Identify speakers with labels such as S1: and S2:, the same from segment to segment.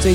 S1: 最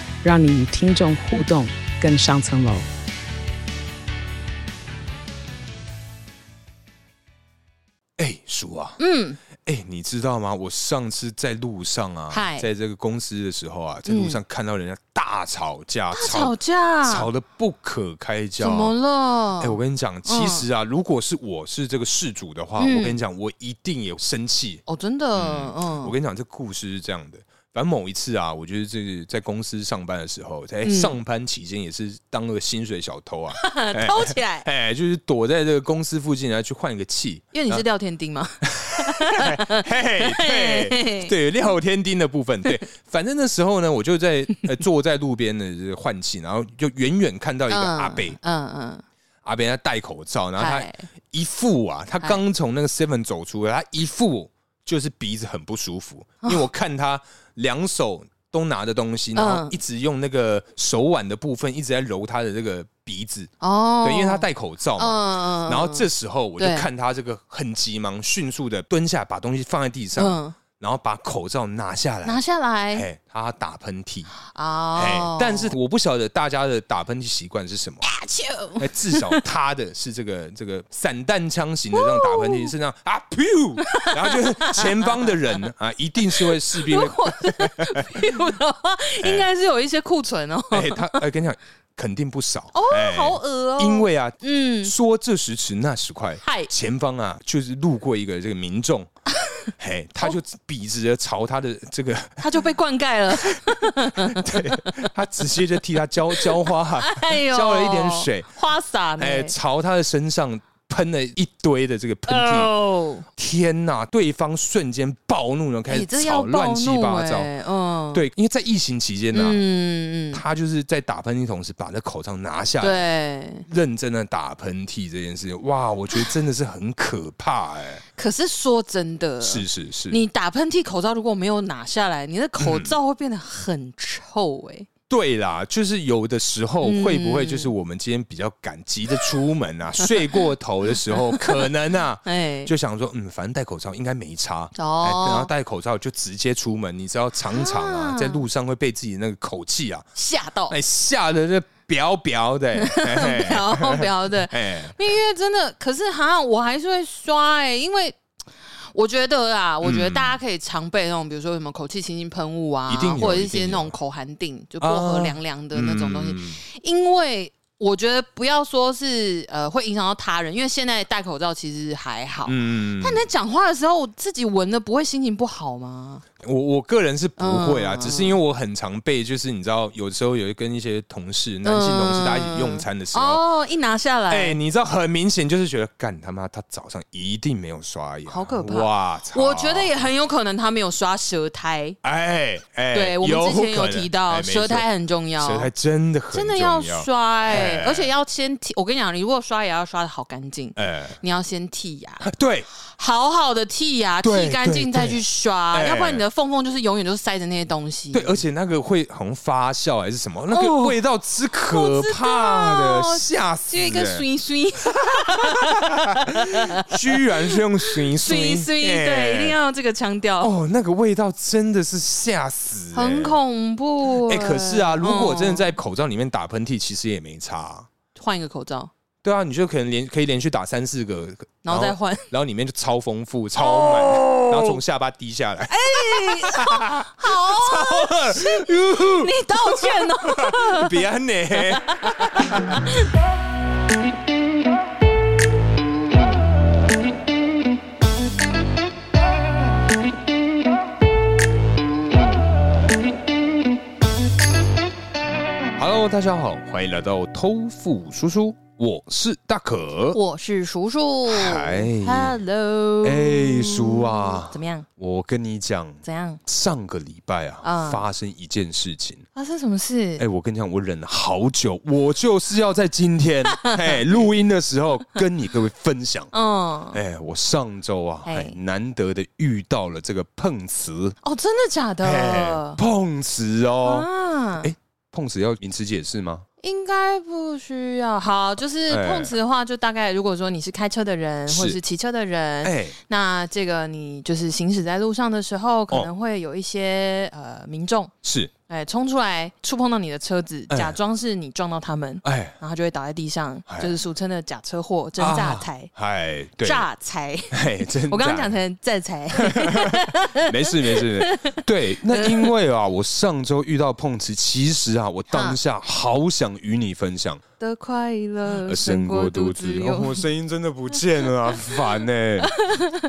S1: 让你与听众互动更上层楼。
S2: 哎，叔啊，
S3: 嗯，
S2: 哎，你知道吗？我上次在路上啊
S3: 嗨，嗯
S2: 在这个公司的时候啊，在路上看到人家大吵架，
S3: 吵架，
S2: 吵得不可开交
S3: 怎。么了？
S2: 哎，我跟你讲，其实啊，如果是我是这个事主的话，
S3: 嗯
S2: 我跟你讲，我一定也生气。
S3: 哦，真的，嗯，
S2: 我跟你讲，这故事是这样的。反正某一次啊，我觉得这个在公司上班的时候，在
S3: 嗯
S2: 上班期间也是当那个薪水小偷啊，
S3: 偷呃起来，
S2: 哎，就是躲在这个公司附近，然后去换一个气。
S3: 因为你是廖天 丁嘛，
S2: 嘿，对
S3: 嘿
S2: 对，廖天丁的部分， 对，反正那时候呢，我就在呃坐在路边的这个换气，然后就远远看到一个
S3: 嗯
S2: 阿贝，
S3: 嗯嗯，
S2: 阿贝他戴口罩，然后他
S3: 嗨，
S2: 一副啊，他刚从那个 Seven 走出来，他一副就是鼻子很不舒服，
S3: 哦
S2: 因为我看他两手都拿着东西，然后
S3: 嗯
S2: 一直用那个手腕的部分一直在揉他的这个鼻子，
S3: 哦，
S2: 对，因为他戴口罩嘛。
S3: 嗯，嗯，嗯
S2: 然后这，时候我就
S3: 对
S2: 看他这个很急忙，迅速的蹲下，把东西放在地上，
S3: 嗯，
S2: 然后把口罩拿下来，
S3: 拿下来，
S2: 哎，他打喷嚏，哎、
S3: 哦，
S2: 但是我不晓得大家的打喷嚏习惯是 什么。
S3: 啊啾
S2: 哎，至少他的是这个这个散弹枪型的那种打喷嚏，是那样啊 噗，然后就是前方的人啊，一定是会势必会
S3: 如，果是 屁股的话，应该是有一些库存哦。
S2: 哎，他哎跟你讲，肯定不少
S3: 哦，
S2: 哎
S3: 好恶哦。
S2: 因，为啊，
S3: 嗯，
S2: 说这时迟那时快
S3: 嗨，
S2: 前方啊就是路过一个这个民 众，嘿，他就
S3: 哦
S2: 笔直的朝他的这个
S3: 他就被灌 溉了。
S2: 他直接就替他浇浇花，
S3: 哎呦，
S2: 浇了一点水，
S3: 花洒呢？
S2: 哎，朝他的身上喷了一堆的这个喷嚏。
S3: 哦，
S2: 天呐！对方瞬间暴怒了，开始
S3: 你哎这
S2: 吵
S3: 要
S2: 哎乱
S3: 暴
S2: 七
S3: 怒
S2: 八糟。
S3: 哎，嗯，
S2: 对，因为在疫情期间呢、
S3: 嗯，嗯嗯，
S2: 他就是在打喷嚏同时把那口罩拿下来，
S3: 对。
S2: 认真的打喷嚏这件事情，哇，我觉得真的是很可怕哎、
S3: 可是说真的，
S2: 是是是，
S3: 你打喷嚏口罩如果没有拿下来，你的口罩会变得很臭哎、
S2: 对啦，就是有的时候会不会
S3: 嗯
S2: 就是我们今天比较赶急着出门啊，睡过头的时 候，可能啊，
S3: 哎、
S2: 就想说，嗯，反正戴口罩应该没差。
S3: 哦
S2: 哎然后戴口罩就直接出门，你知道常常啊，
S3: 啊
S2: 在路上会被自己那个口气啊，
S3: 吓到，
S2: 哎，吓得这表表 的，哎
S3: 不要不要 的，
S2: 哎，
S3: 因为真的，可是哈，我还是会刷哎、因为。我觉得啊，
S2: 嗯
S3: 我觉得大家可以常备那种，比如说什么口气清新喷雾啊
S2: 一定有，
S3: 或者
S2: 一
S3: 一
S2: 定
S3: 些
S2: 有
S3: 那种口含定，就薄荷
S2: 啊
S3: 凉凉的那种东西。
S2: 嗯
S3: 因为我觉得不要说是呃会影响到他人，因为现在戴口罩其实还好。
S2: 嗯
S3: 但你在讲话的时候，我自己闻了不会心情不好吗？
S2: 我我个人是不会啊，
S3: 嗯
S2: 只是因为我很常被，就是你知道，有时候有跟一些同事，男性同事大家一起用餐的时候，
S3: 哦，一拿下来，
S2: 哎，你知道很明显就是觉得，干他妈他早上一定没有刷牙，
S3: 好可怕
S2: 哇，操
S3: 我觉得也很有可能他没有刷舌苔。
S2: 哎哎，
S3: 对，我们之前
S2: 可
S3: 有
S2: 能
S3: 提到
S2: 哎没
S3: 舌
S2: 错
S3: 苔很重要，
S2: 舌苔真的很
S3: 真的
S2: 重要
S3: 要，刷哎、
S2: 哎
S3: 而且要先剔。我跟你讲，你如果刷也要刷的好干净，
S2: 哎，
S3: 你要先剔牙，
S2: 对，
S3: 好好的剔牙，
S2: 对
S3: 剔干净再
S2: 对
S3: 去刷，
S2: 哎
S3: 要不然你的缝缝就是永远都是塞着那些东西。
S2: 对，而且那个会好像发酵还是什么，那个
S3: 哦
S2: 味道之可怕的，
S3: 我知道
S2: 吓死
S3: 就一个
S2: 人！
S3: 水水
S2: 居然是用水
S3: 水水，对，一定要这个腔调，
S2: 哎哦，那个味道真的是吓死、欸，
S3: 很恐怖。
S2: 哎、可是啊，如果真的
S3: 嗯
S2: 在口罩里面打喷嚏，其实也没差啊、
S3: 换一个口 罩，
S2: 对啊，你就可能连可以连续打三四个，
S3: 然后再换，哦
S2: 然后里面就超丰富、超满，然后从下巴滴下来。
S3: 好，啊 你道歉哦。
S2: 别安呢。Hello，大家好，欢迎来到偷富叔叔，我是大可。
S3: 我是叔叔
S2: 嗨
S3: ，Hello，
S2: 哎叔啊
S3: 怎么样？
S2: 我跟你讲，
S3: 怎样？
S2: 上个礼拜啊，
S3: 嗯
S2: 发生一件事情。
S3: 发生什么事？
S2: 哎、我跟你讲，我忍了好久，我就是要在今 天哎录音的时候跟你各位分享。
S3: 嗯，
S2: 哎、我上周啊，
S3: 嘿
S2: 哎、难得的遇到了这个碰瓷，
S3: 哦，真的假
S2: 哎、
S3: 的？
S2: 碰瓷哦，
S3: 啊，
S2: 哎碰瓷要名词解释吗？
S3: 应该不需要。好，就是
S2: 哎
S3: 碰瓷的话，就大概如果说你是开车的人，
S2: 是
S3: 或者是骑车的人，
S2: 哎、
S3: 那这个你就是行驶在路上的时
S2: 哦
S3: 候，可能会有一些、呃民众。
S2: 是，
S3: 哎，冲出来触碰到你的车子，
S2: 哎
S3: 假装是你撞到他们，
S2: 哎、
S3: 然后就会倒在地上，
S2: 哎
S3: 就是俗称的假车祸、真炸财、
S2: 啊哎、对，
S3: 炸财。
S2: 哎，真
S3: 我刚刚
S2: 炸
S3: 讲成炸 财，
S2: 没事没事，没事对，那因为啊，我上周遇到碰瓷，其实啊，我当下好想与你分享，
S3: 的快乐
S2: 呃，胜过肚子，哦
S3: 忧。
S2: 我声音真的不见了 啊，烦呢、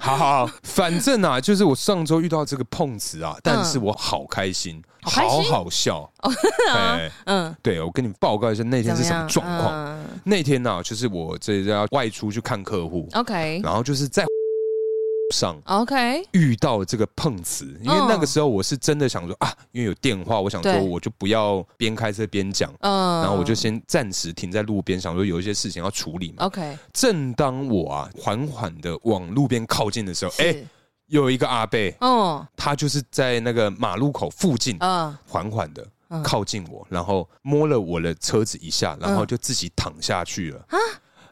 S2: 好好，好反正啊，就是我上周遇到这个碰瓷啊，但是我好开心，
S3: 嗯好开心哦
S2: 好好笑，哎，
S3: 嗯，
S2: 对我跟你报告一下那天
S3: 怎
S2: 是
S3: 么
S2: 什么状
S3: 样？
S2: 况。
S3: 嗯
S2: 那天呢、啊，就是我这要外出去看客户，
S3: 哦？OK
S2: 然后就是在 上
S3: OK，
S2: 遇到这个碰瓷，因为
S3: 嗯
S2: 那个时候我是真的想说啊，因为有电话，我想说
S3: 对
S2: 我就不要边开车边讲，
S3: 嗯，
S2: 然后我就先暂时停在路边，想说有一些事情要处理嘛。
S3: OK，
S2: 正当我啊缓缓的往路边靠近的时候，哎，
S3: 是，
S2: 有一个阿贝，
S3: 嗯
S2: 他就是在那个马路口附近
S3: 嗯
S2: 缓缓的
S3: 嗯
S2: 靠近我，然后摸了我的车子一下，然后
S3: 嗯啊
S2: 就自己躺下去了。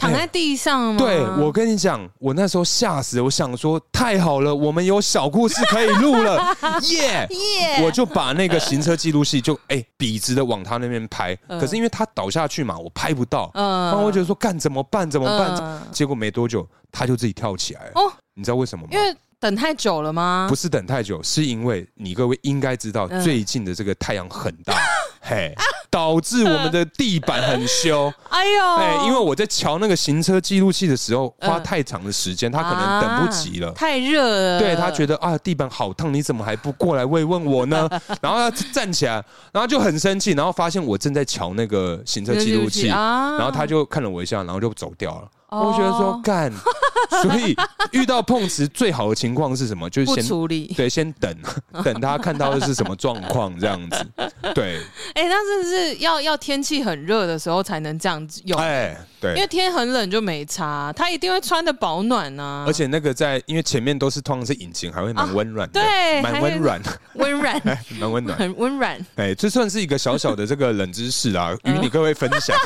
S3: 躺在地上吗？
S2: 对我跟你讲，我那时候吓死了，我想说太好了，我们有小故事可以录 了，耶！
S3: 耶，嗯
S2: 我就把那个行车记录器就哎、笔直的往他那边拍，可是因为他倒下去嘛，我拍不到，
S3: 嗯
S2: 然后我就说干怎么办怎么办？
S3: 嗯
S2: 结果没多久他就自己跳起来了，
S3: 哦
S2: 你知道为什么吗
S3: 因？为等太久了吗？
S2: 不是等太久，是因为你各位应该知道
S3: 嗯
S2: 最近的这个太阳很 大，嘿，导致我们的地板很 羞。
S3: 哎呦，
S2: 哎、因为我在瞧那个行车记录器的时候，
S3: 嗯
S2: 花太长的时间，他可能等不及了。
S3: 啊太热了。
S2: 对他觉
S3: 得
S2: 得啊，地板好烫，你怎么还不过来慰问我 呢？然后他站起来，然后就很生气，然后发现我正在瞧那个行车记录器，
S3: 啊
S2: 然后他就看了我一下，然后就走掉了。
S3: 哦
S2: 我觉得说干，所以遇到碰瓷最好的情况是什么？就是
S3: 不
S2: 先
S3: 处理。
S2: 对，先 等等他看到的是什么状况这样子。对，
S3: 哎，那真的是要要天气很热的时候才能这样子用，
S2: 哎，对，
S3: 因为天很冷就没差，他一定会穿的保暖啊，
S2: 而且那个在，因为前面都是通常是引擎，还会蛮温暖的，
S3: 啊对
S2: 蛮温暖，
S3: 温 软，
S2: 蛮温暖。
S3: 很温软。
S2: 哎，这算是一个小小的这个冷知识 啊，
S3: 嗯
S2: 与你各位分享。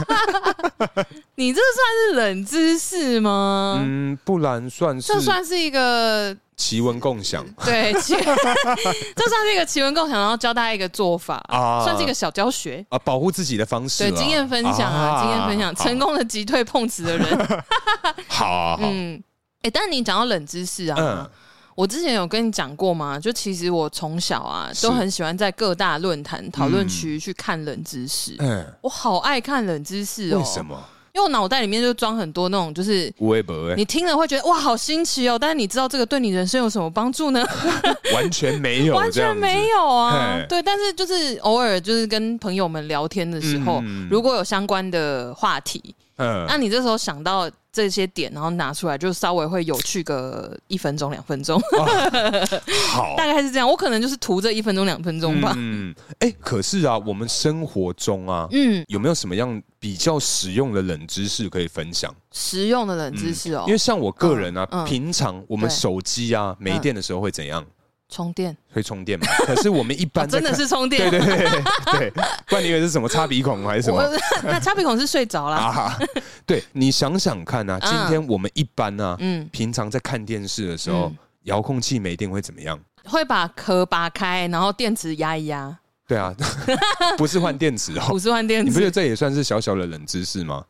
S3: 你这算是冷知识吗？
S2: 嗯，不然算是
S3: 这算是 一个
S2: 奇闻共享
S3: 对，奇这算是一个奇闻共享，然后教大家一个做法，
S2: 啊
S3: 算是一个小教学。
S2: 啊，保护自己的方式啊，
S3: 对，经验分享啊，经验分享，成功的击退碰瓷的人。
S2: 好啊，好啊，
S3: 嗯，哎、但你讲到冷知识啊，
S2: 嗯
S3: 我之前有跟你讲过吗？就其实我从小啊，
S2: 是
S3: 都很喜欢在各大论坛讨论区去看冷知识。
S2: 嗯，
S3: 我好爱看冷知识哦，
S2: 为什？么？
S3: 因为我脑袋里面就装很多那种，就是
S2: 微博哎
S3: 你听了会觉得哇，好新奇哦，但是你知道这个对你人生有什么帮助呢？
S2: 完全没 有，
S3: 完
S2: 这样
S3: 全
S2: 子
S3: 没有啊
S2: 嘿。
S3: 对，但是就是偶尔就是跟朋友们聊天的时候，
S2: 嗯
S3: 如果有相关的话题，
S2: 嗯，
S3: 那你这时候想到这些点，然后拿出来，就稍微会有趣个一分钟、两分钟，
S2: 哦好
S3: 大。概是这样。我可能就是图这一分钟、两分钟吧。
S2: 嗯，哎，可是啊，我们生活中啊，
S3: 嗯，
S2: 有没有什么样比较实用的冷知识可以分享？
S3: 实用的冷知识哦
S2: 嗯因，为像我个人啊，
S3: 嗯嗯
S2: 平常我们
S3: 对嗯
S2: 手机啊没电的时候会怎样？
S3: 充电，
S2: 会充电嘛？可是我们一
S3: 啊
S2: 般在
S3: 真的
S2: 看
S3: 是充
S2: 对
S3: 电。
S2: 对对对，不然你以为是什么擦鼻孔还是什
S3: 我
S2: 么
S3: 那插鼻孔是睡着啦。
S2: 啊？对你想想看啊，
S3: 嗯
S2: 今天我们一般啊，
S3: 嗯，
S2: 平常在看电视的时候
S3: 嗯，
S2: 遥控器没电会怎么样？
S3: 会把壳拔开，然后电池压一压，
S2: 对 啊，不是换电池哦
S3: 五。十万电
S2: 你不觉
S3: 池
S2: 得。这也算是小小的冷知识吗？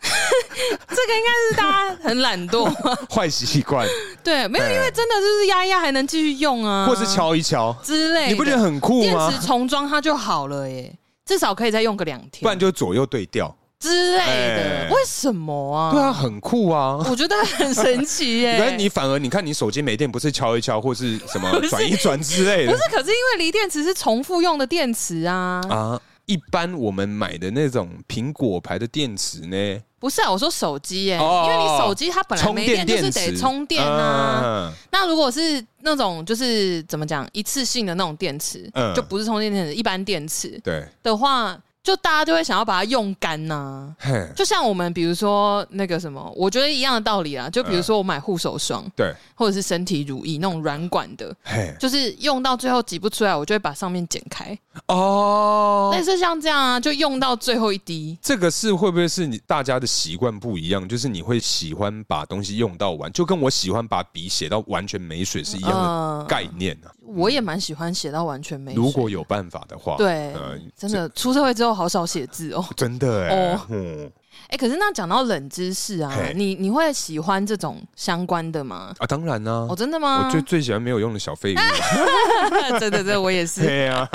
S3: 这个应该是大家很懒惰。
S2: 坏习惯，
S3: 对，没有，
S2: 哎
S3: 因为真的就是压一压还能继续用啊，
S2: 或是敲一敲，
S3: 之类的，
S2: 你不觉得很酷
S3: 电
S2: 吗？
S3: 池重装它就好了耶？至少可以再用个两天，
S2: 不然就左右对调。
S3: 之类
S2: 哎
S3: 的。为什么啊？
S2: 对啊，，很酷啊。
S3: 我觉得很神奇 耶。
S2: 可是你反而你看你手机没电，不是敲一敲或是什么
S3: 不是
S2: 转一转之类
S3: 不
S2: 的
S3: 是，可是因为锂电池是重复用的电池啊，
S2: 啊？一般我们买的那种苹果牌的电池呢，
S3: 不是啊，我说手机耶、
S2: 哦
S3: 因为你手机它本来
S2: 充
S3: 没
S2: 电
S3: 就是
S2: 电
S3: 得
S2: 池
S3: 充电啊。
S2: 嗯
S3: 那如果是那种就是怎么讲一次性的那种电池，
S2: 嗯
S3: 就不是充电电池，一般电池
S2: 对，
S3: 的话，就大家就会想要把它用干呐、
S2: 嘿
S3: 就像我们比如说那个什么，我觉得一样的道理啦。就比如说我买护手霜
S2: 对，
S3: 或者是身体乳液那种软管的，
S2: 嘿，
S3: 就是用到最后挤不出来，我就会把上面剪开。
S2: 哦
S3: 类，似像这样啊，就用到最后一滴。
S2: 这个是会不会是你大家的习惯不一样？就是你会喜欢把东西用到完，就跟我喜欢把笔写到完全没水是一样的
S3: 嗯
S2: 概念呢、啊。
S3: 我也蛮喜欢写到完全没水。
S2: 如果有办法的话，
S3: 对
S2: 呃，
S3: 真的出社会之后好少写字哦。
S2: 真的哎、
S3: 哦
S2: 嗯
S3: 哎、可是那讲到冷知识啊
S2: 嘿，
S3: 你你会喜欢这种相关的吗？
S2: 啊，当然啦、
S3: 哦，真的
S2: 我
S3: 吗？
S2: 最最喜欢没有用的小废物，
S3: 真的，真的，我也是，
S2: 对啊，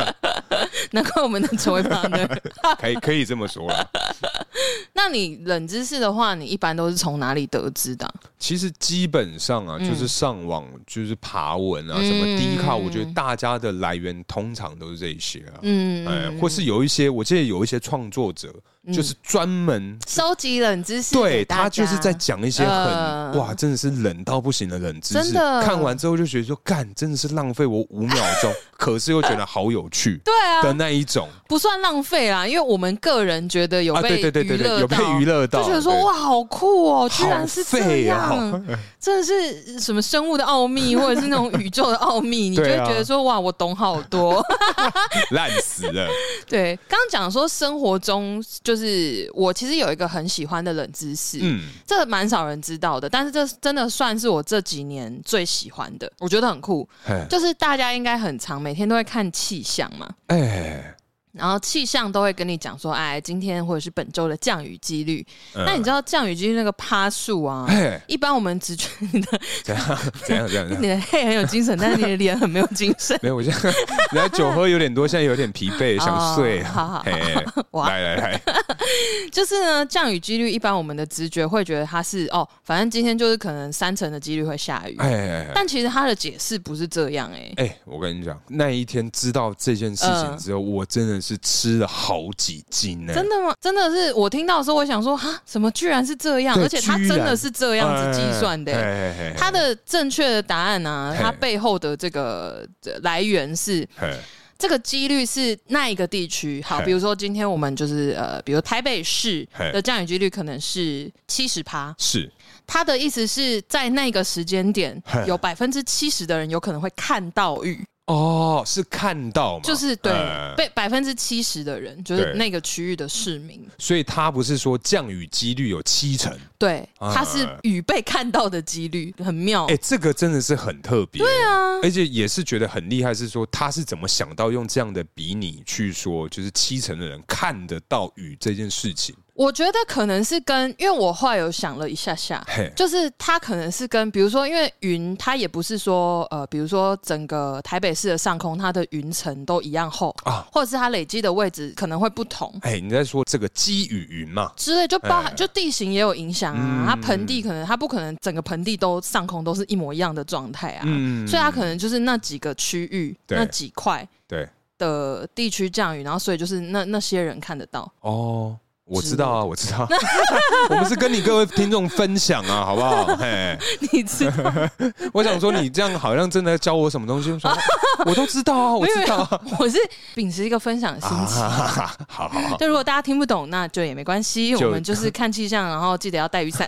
S3: 难怪我们 能成为 partner。
S2: 可以可以这么说啦。
S3: 那你冷知识的话，你一般都是从哪里得知的啊、
S2: 其实基本上啊，
S3: 嗯
S2: 就是上网，就是爬文啊，
S3: 嗯
S2: 什么低卡，我觉得大家的来源通常都是这一些啊。
S3: 嗯，
S2: 哎，或是有一些，我记得有一些创作者，就是专门
S3: 收集冷知识
S2: 对
S3: 给大家，
S2: 他就是在讲一些很、
S3: 呃
S2: 哇，真的是冷到不行的冷知识。
S3: 真的
S2: 看完之后就觉得说，干，真的是浪费我五秒 钟，可是又觉得好有趣
S3: 对
S2: 的
S3: 啊，
S2: 那一种。
S3: 不算浪费啦，因为我们个人觉得有
S2: 啊，
S3: 被
S2: 对对对对
S3: 娱乐
S2: 对，有被娱乐到，
S3: 就觉得说
S2: 对
S3: 哇，好酷哦，居然是
S2: 好
S3: 这
S2: 废
S3: 样，
S2: 哦
S3: 真的是什么生物的奥秘，或者是那种宇宙的奥秘，你就会
S2: 对啊
S3: 觉得说哇，我懂好多。
S2: 烂死了。
S3: 对，刚刚讲说生活中，就是我其实有一个很喜欢的冷知识，
S2: 嗯，
S3: 这蛮少人知道的，但是这真的算是我这几年最喜欢的，我觉得很酷。
S2: 哎
S3: 就是大家应该很常每天都会看气象嘛，
S2: 哎，
S3: 然后气象都会跟你讲说，哎，今天或者是本周的降雨几率。那你知
S2: 道？
S3: 道降雨几率那个趴数啊？
S2: 哎，
S3: 一般我们只觉得你的
S2: 怎样啊 怎样怎样？怎
S3: 你
S2: 样？。
S3: 的嘿很有精神，但是你的脸很没有精神
S2: 没有，我现在人家酒喝有点多，现在有点疲惫，
S3: 哦
S2: 想睡。
S3: 好好好
S2: 啊嘿嘿
S3: 哇
S2: 来来哎来，
S3: 就是呢，降雨几率一般我们的直觉会觉得它是哦，反正今天就是可能三成的几率会下雨，
S2: 哎哎哎
S3: 但其实它的解释不是这样哎、
S2: 哎，我跟你讲，那一天知道这件事情之后，我真的是吃了好几斤呢。
S3: 真的吗？真的是我听到的时候，我想说哈，怎么居然是这样？
S2: 对
S3: 而且它真的是这
S2: 这
S3: 样子计算的、欸。
S2: 哎
S3: 它的正确的答案呢、
S2: 嘿
S3: 它背后的这个呃来源是
S2: 哎
S3: 这个几率是那一个地区。好，
S2: 嘿
S3: 比如说今天我们就是呃，比如台北市
S2: 嘿
S3: 的降雨几率可能是七十趴，
S2: 是
S3: 他的意思是在那个时间点
S2: 嘿，
S3: 有百分之七十的人有可能会看到雨，
S2: 哦，是看到嘛？
S3: 就是对
S2: 哎
S3: 被百分之七十的人，就是
S2: 对
S3: 那个区域的市民，
S2: 所以他不是说降雨几率有七成，
S3: 对，
S2: 啊
S3: 他是雨被看到的几率很妙
S2: 哎、，这个真的是很特别。对啊，而且也是觉得很厉害，是说他是怎么想到用这样的比拟去说，就是七成的人看得到雨这件事情。
S3: 我觉得可能是跟，因为我后来有想了一下下
S2: 嘿，
S3: 就是它可能是跟，比如说，因为云它也不是说，呃，比如说整个台北市的上空，它的云层都一样厚
S2: 啊
S3: 或者是它累积的位置可能会不同。
S2: 哎、你在说这个积雨云嘛？
S3: 之类，就包
S2: 哎
S3: 含就地形也有影响啊。
S2: 嗯
S3: 它盆地可能它不可能整个盆地都上空都是一模一样的状态啊，
S2: 嗯
S3: 所以它可能就是那几个区域、
S2: 对
S3: 那几块
S2: 对
S3: 的地区降雨，然后所以就是那那些人看得到。
S2: 哦。我知道啊，我知道， 我们是跟你各位听众分享啊，好不好？嘿，
S3: 你知道？
S2: 我想说你这样好像正在教我什么东西，我说我都知道啊，我
S3: 没有
S2: 知
S3: 没
S2: 道
S3: 有
S2: 啊，，
S3: 我是秉持一个分享的心
S2: 啊
S3: 情。
S2: 好好好，
S3: 就如果大家听不懂，那就也没关系，
S2: 就
S3: 我们就是看气象，然后记得要带雨伞。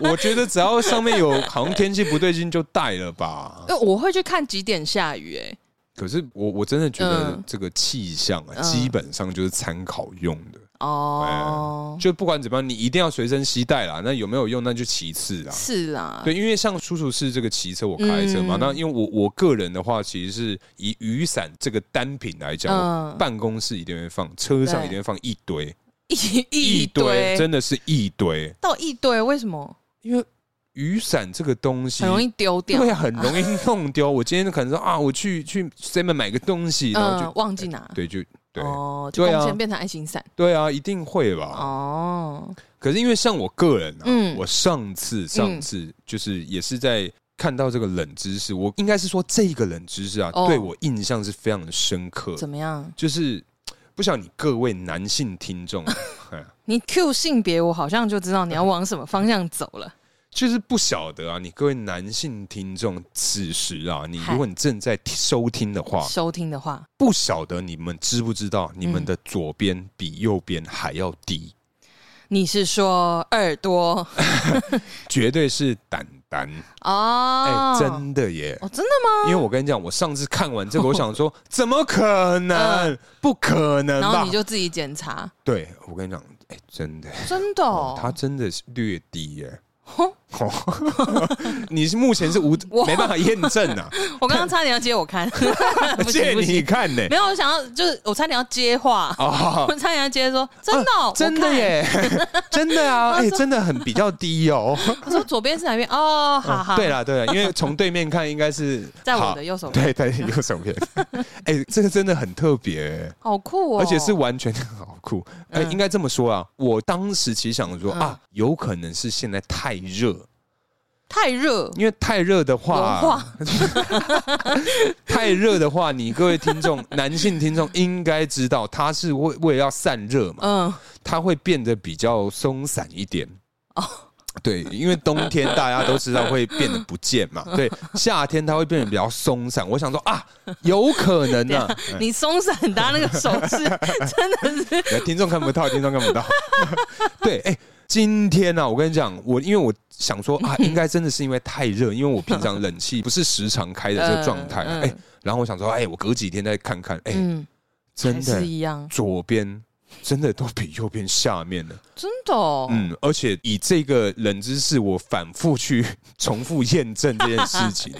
S2: 我觉得只要上面有好像天气不对劲就带了吧。
S3: 因为我会去看几点下雨、欸，
S2: 可是我我真的觉得
S3: 嗯
S2: 这个气象啊，
S3: 嗯
S2: 基本上就是参考用的，
S3: 哦，
S2: 就不管怎么样，你一定要随身携带啦。那有没有用，那就其次啦。
S3: 是啊，
S2: 对，因为像叔叔是这个骑车，我开车嘛。
S3: 嗯
S2: 那因为我我个人的话，其实是以雨伞这个单品来讲，
S3: 嗯
S2: 我办公室一定会放，车上
S3: 对
S2: 一定会放一堆，
S3: 一一堆，
S2: 真的是一堆。
S3: 到一堆，为什么
S2: 因为雨伞这个东西
S3: 很容易丢掉？
S2: 对啊，很容易弄丢。我今天可能说啊，我去去 seven 买个东西，然后就、
S3: 嗯，忘记拿。
S2: 对，就对、
S3: 哦，就
S2: 对啊
S3: 贡献变成爱心伞。
S2: 对啊，一定会吧。
S3: 哦，
S2: 可是因为像我个人啊，
S3: 嗯
S2: 我上次上次就是也是在看到这个冷知识，我应该是说这个冷知识啊，
S3: 哦
S2: 对我印象是非常的深刻，
S3: 怎么样？
S2: 就是。不晓得你各位男性听众哎
S3: 你 Q 性别，我好像就知道你要往什么方向走 了。
S2: 就是不晓得啊，你各位男性听众，此时啊，你
S3: 嗨
S2: 如果你正在收听的话，
S3: 收听的话，
S2: 不晓得你们知不知道，你
S3: 嗯
S2: 们的左边比右边还要低，
S3: 你是说耳朵
S2: 绝对是胆胆， 哎、
S3: 哦？
S2: 真的耶！
S3: 哦，真的
S2: 因
S3: 吗？
S2: 为我跟你讲，我上次看完 这个，我想说，怎么可能？不可能
S3: 嗯然后
S2: 吧
S3: 你？就自己检查，
S2: 对，我跟你讲，哎、真的，
S3: 真的、
S2: 哦
S3: 哦，
S2: 它真的是略低耶。
S3: 哼
S2: 你是目前是无
S3: 哦 我
S2: 没办法验证啊，
S3: 我刚刚差点要接 我看， 不
S2: 借
S3: 行不
S2: 你
S3: 行，
S2: 看呢、
S3: 没有，我想要就是我差点要接话，
S2: 啊
S3: 我差点要接说真的、哦
S2: 啊真的， 耶，真的啊，哎、真的很比较低哦。
S3: 我看我说左边是哪边？哦，好好，
S2: 对，啦，对啦，因为从对面看应该是
S3: 在我的右手边
S2: 对，在你右 手边。哎、这个真的很特别、
S3: 好酷哦，
S2: 而且是完全好酷。哎、
S3: 嗯
S2: 应该这么说啊，我当时其实想说、
S3: 嗯
S2: 啊，有可能是现在太热，
S3: 太热，
S2: 因为太热的话，
S3: 融化
S2: 太热的话，你各位听众，男性听众应该知道，它是为为了要散热嘛，
S3: 嗯，
S2: 它会变得比较松散一点。
S3: 哦
S2: 对，因为冬天大家都知道会变得不见 嘛，对，夏天它会变得比较松散。我想说啊，有可 能呢、啊。哎
S3: 你松散搭那个手势，真的是
S2: 听众看不到，听众看不到。 对，哎、今天呢、啊，我跟你讲，我因为我想说 啊，应该真的是因为太热，因为我平常冷气不是时常开的这个状态、啊。
S3: 嗯嗯
S2: 哎、然后我想说，哎、我隔几天再看看，哎、
S3: 嗯，还
S2: 真的
S3: 是一样，
S2: 左边真的都比右边下面了。
S3: 真的、哦，
S2: 嗯，而且以这个冷知识，我反复去重复验证这件事 情。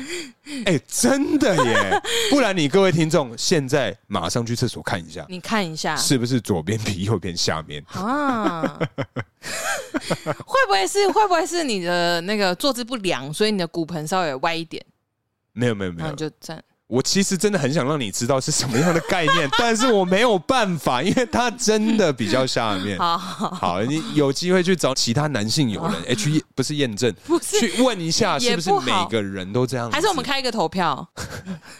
S2: 哎、真的耶！不然你各位听众现在马上去厕所看一下，
S3: 你啊看一下
S2: 是不是左边比右边下面？
S3: 啊， 会不会是会不会是你的那个坐姿不良，所以你的骨盆稍微歪一点，
S2: 没有没有没
S3: 然
S2: 有
S3: 啊后你，就站。
S2: 我其实真的很想让你知道是什么样的概 念，但是我没有办法，因为它真的比较下面。
S3: 好好，好
S2: 好，你有机会去找其他男性友人，哎、去验不是验证，
S3: 不是
S2: 去问一下是
S3: 也
S2: 不是
S3: 不
S2: 每
S3: 好
S2: 个人都这样子？
S3: 还是我们开一个投票，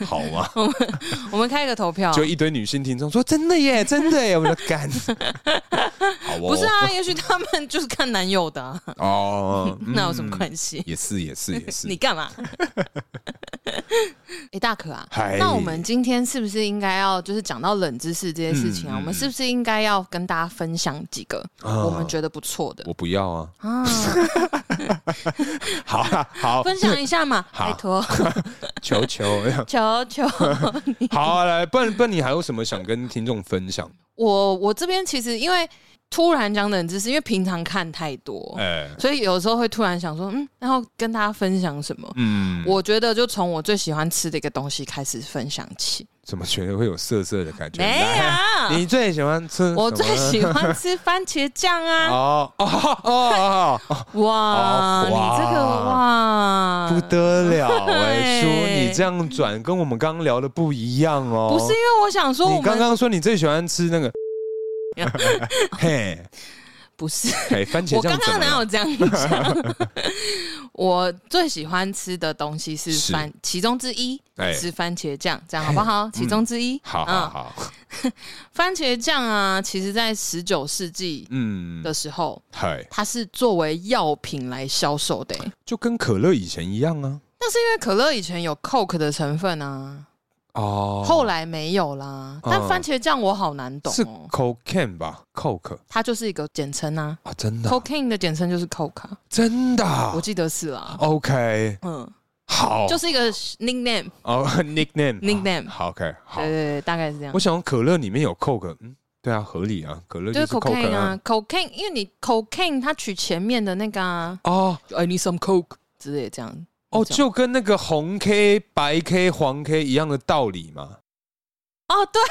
S2: 好 吗？
S3: 我们开一个投票。
S2: 就一堆女性听众说：“真的 耶，真的耶！”我们就干，好哦，
S3: 不是啊，也许他们 就是看男友的啊、
S2: 哦，嗯
S3: 那有什么关系？
S2: 也是，也是，也是
S3: 你。干嘛？哎、大可啊
S2: 嗨，
S3: 那我们今天是不是应该要就是讲到冷知识这些事情
S2: 嗯
S3: 啊？
S2: 嗯
S3: 我们是不是应该要跟大家分享几个
S2: 啊
S3: 我们觉得不错的
S2: 我不要啊！
S3: 啊？
S2: 好啊，好，
S3: 分享一下嘛，
S2: 好
S3: 拜托，
S2: 求求，
S3: 求求。
S2: 好啊，来，不然不然，你还有什么想跟听众分享？
S3: 我我这边其实因为突然讲冷知识，因为平常看太多，
S2: 哎，
S3: 所以有时候会突然想说，嗯，然后跟大家分享什么？
S2: 嗯，
S3: 我觉得就从我最喜欢吃的一个东西开始分享起。
S2: 怎么觉得会有涩涩的感觉？
S3: 没
S2: 来
S3: 有，
S2: 你最喜欢吃什么？
S3: 我最喜欢吃番茄酱啊！
S2: 哦哦哦哦哦，
S3: 哇，
S2: 哦
S3: 你这个哇，
S2: 不得了哎，
S3: 哎
S2: 叔，你这样转跟我们刚刚聊的不一样哦。
S3: 不是因为我想说我
S2: 你刚
S3: 们
S2: 刚说你最喜欢吃那个，嘿，
S3: 不是，
S2: 哎，番茄
S3: 我
S2: 酱
S3: 刚
S2: 怎
S3: 刚
S2: 么
S3: 哪
S2: 了？
S3: 有这样讲？ 我最喜欢吃的东西是
S2: 是
S3: 番，其中之一
S2: 哎嗯
S3: 是番茄酱，这样好不 好？其中之一，嗯
S2: 好好好，
S3: 番茄酱啊，其实在十九世纪
S2: 嗯，
S3: 的时候，
S2: 嗨，
S3: 它是作为药品来销售的欸、
S2: 就跟可乐以前一样啊。
S3: 但是因为可乐以前有 Coke 的成分啊，
S2: 哦，
S3: 后来没有啦。
S2: 嗯
S3: 但番茄酱我好难懂
S2: 是
S3: 哦，
S2: cocaine 吧，coke
S3: 它就是一个简称啊。
S2: 啊，真的啊
S3: Cocaine 的简称就是 Coke，、啊、
S2: 真的啊哦
S3: 我记得是啦。
S2: ，OK，
S3: 嗯，
S2: 好，
S3: 就是一个 nickname，
S2: 哦 nickname
S3: Nickname
S2: 好 OK 好
S3: 对，对对，大概是这样
S2: 我。想用可乐里面有 coke，嗯，对啊，合理啊，可乐
S3: 就是
S2: coke
S3: cocaine 啊。，cocaine，因为你 cocaine 它取前面的那个啊
S2: 哦
S3: ，I need some coke 之类这样。
S2: 哦，
S3: 这种
S2: 就跟那个红 K、白 K、黄 K 一样的道理嘛，
S3: 哦， 对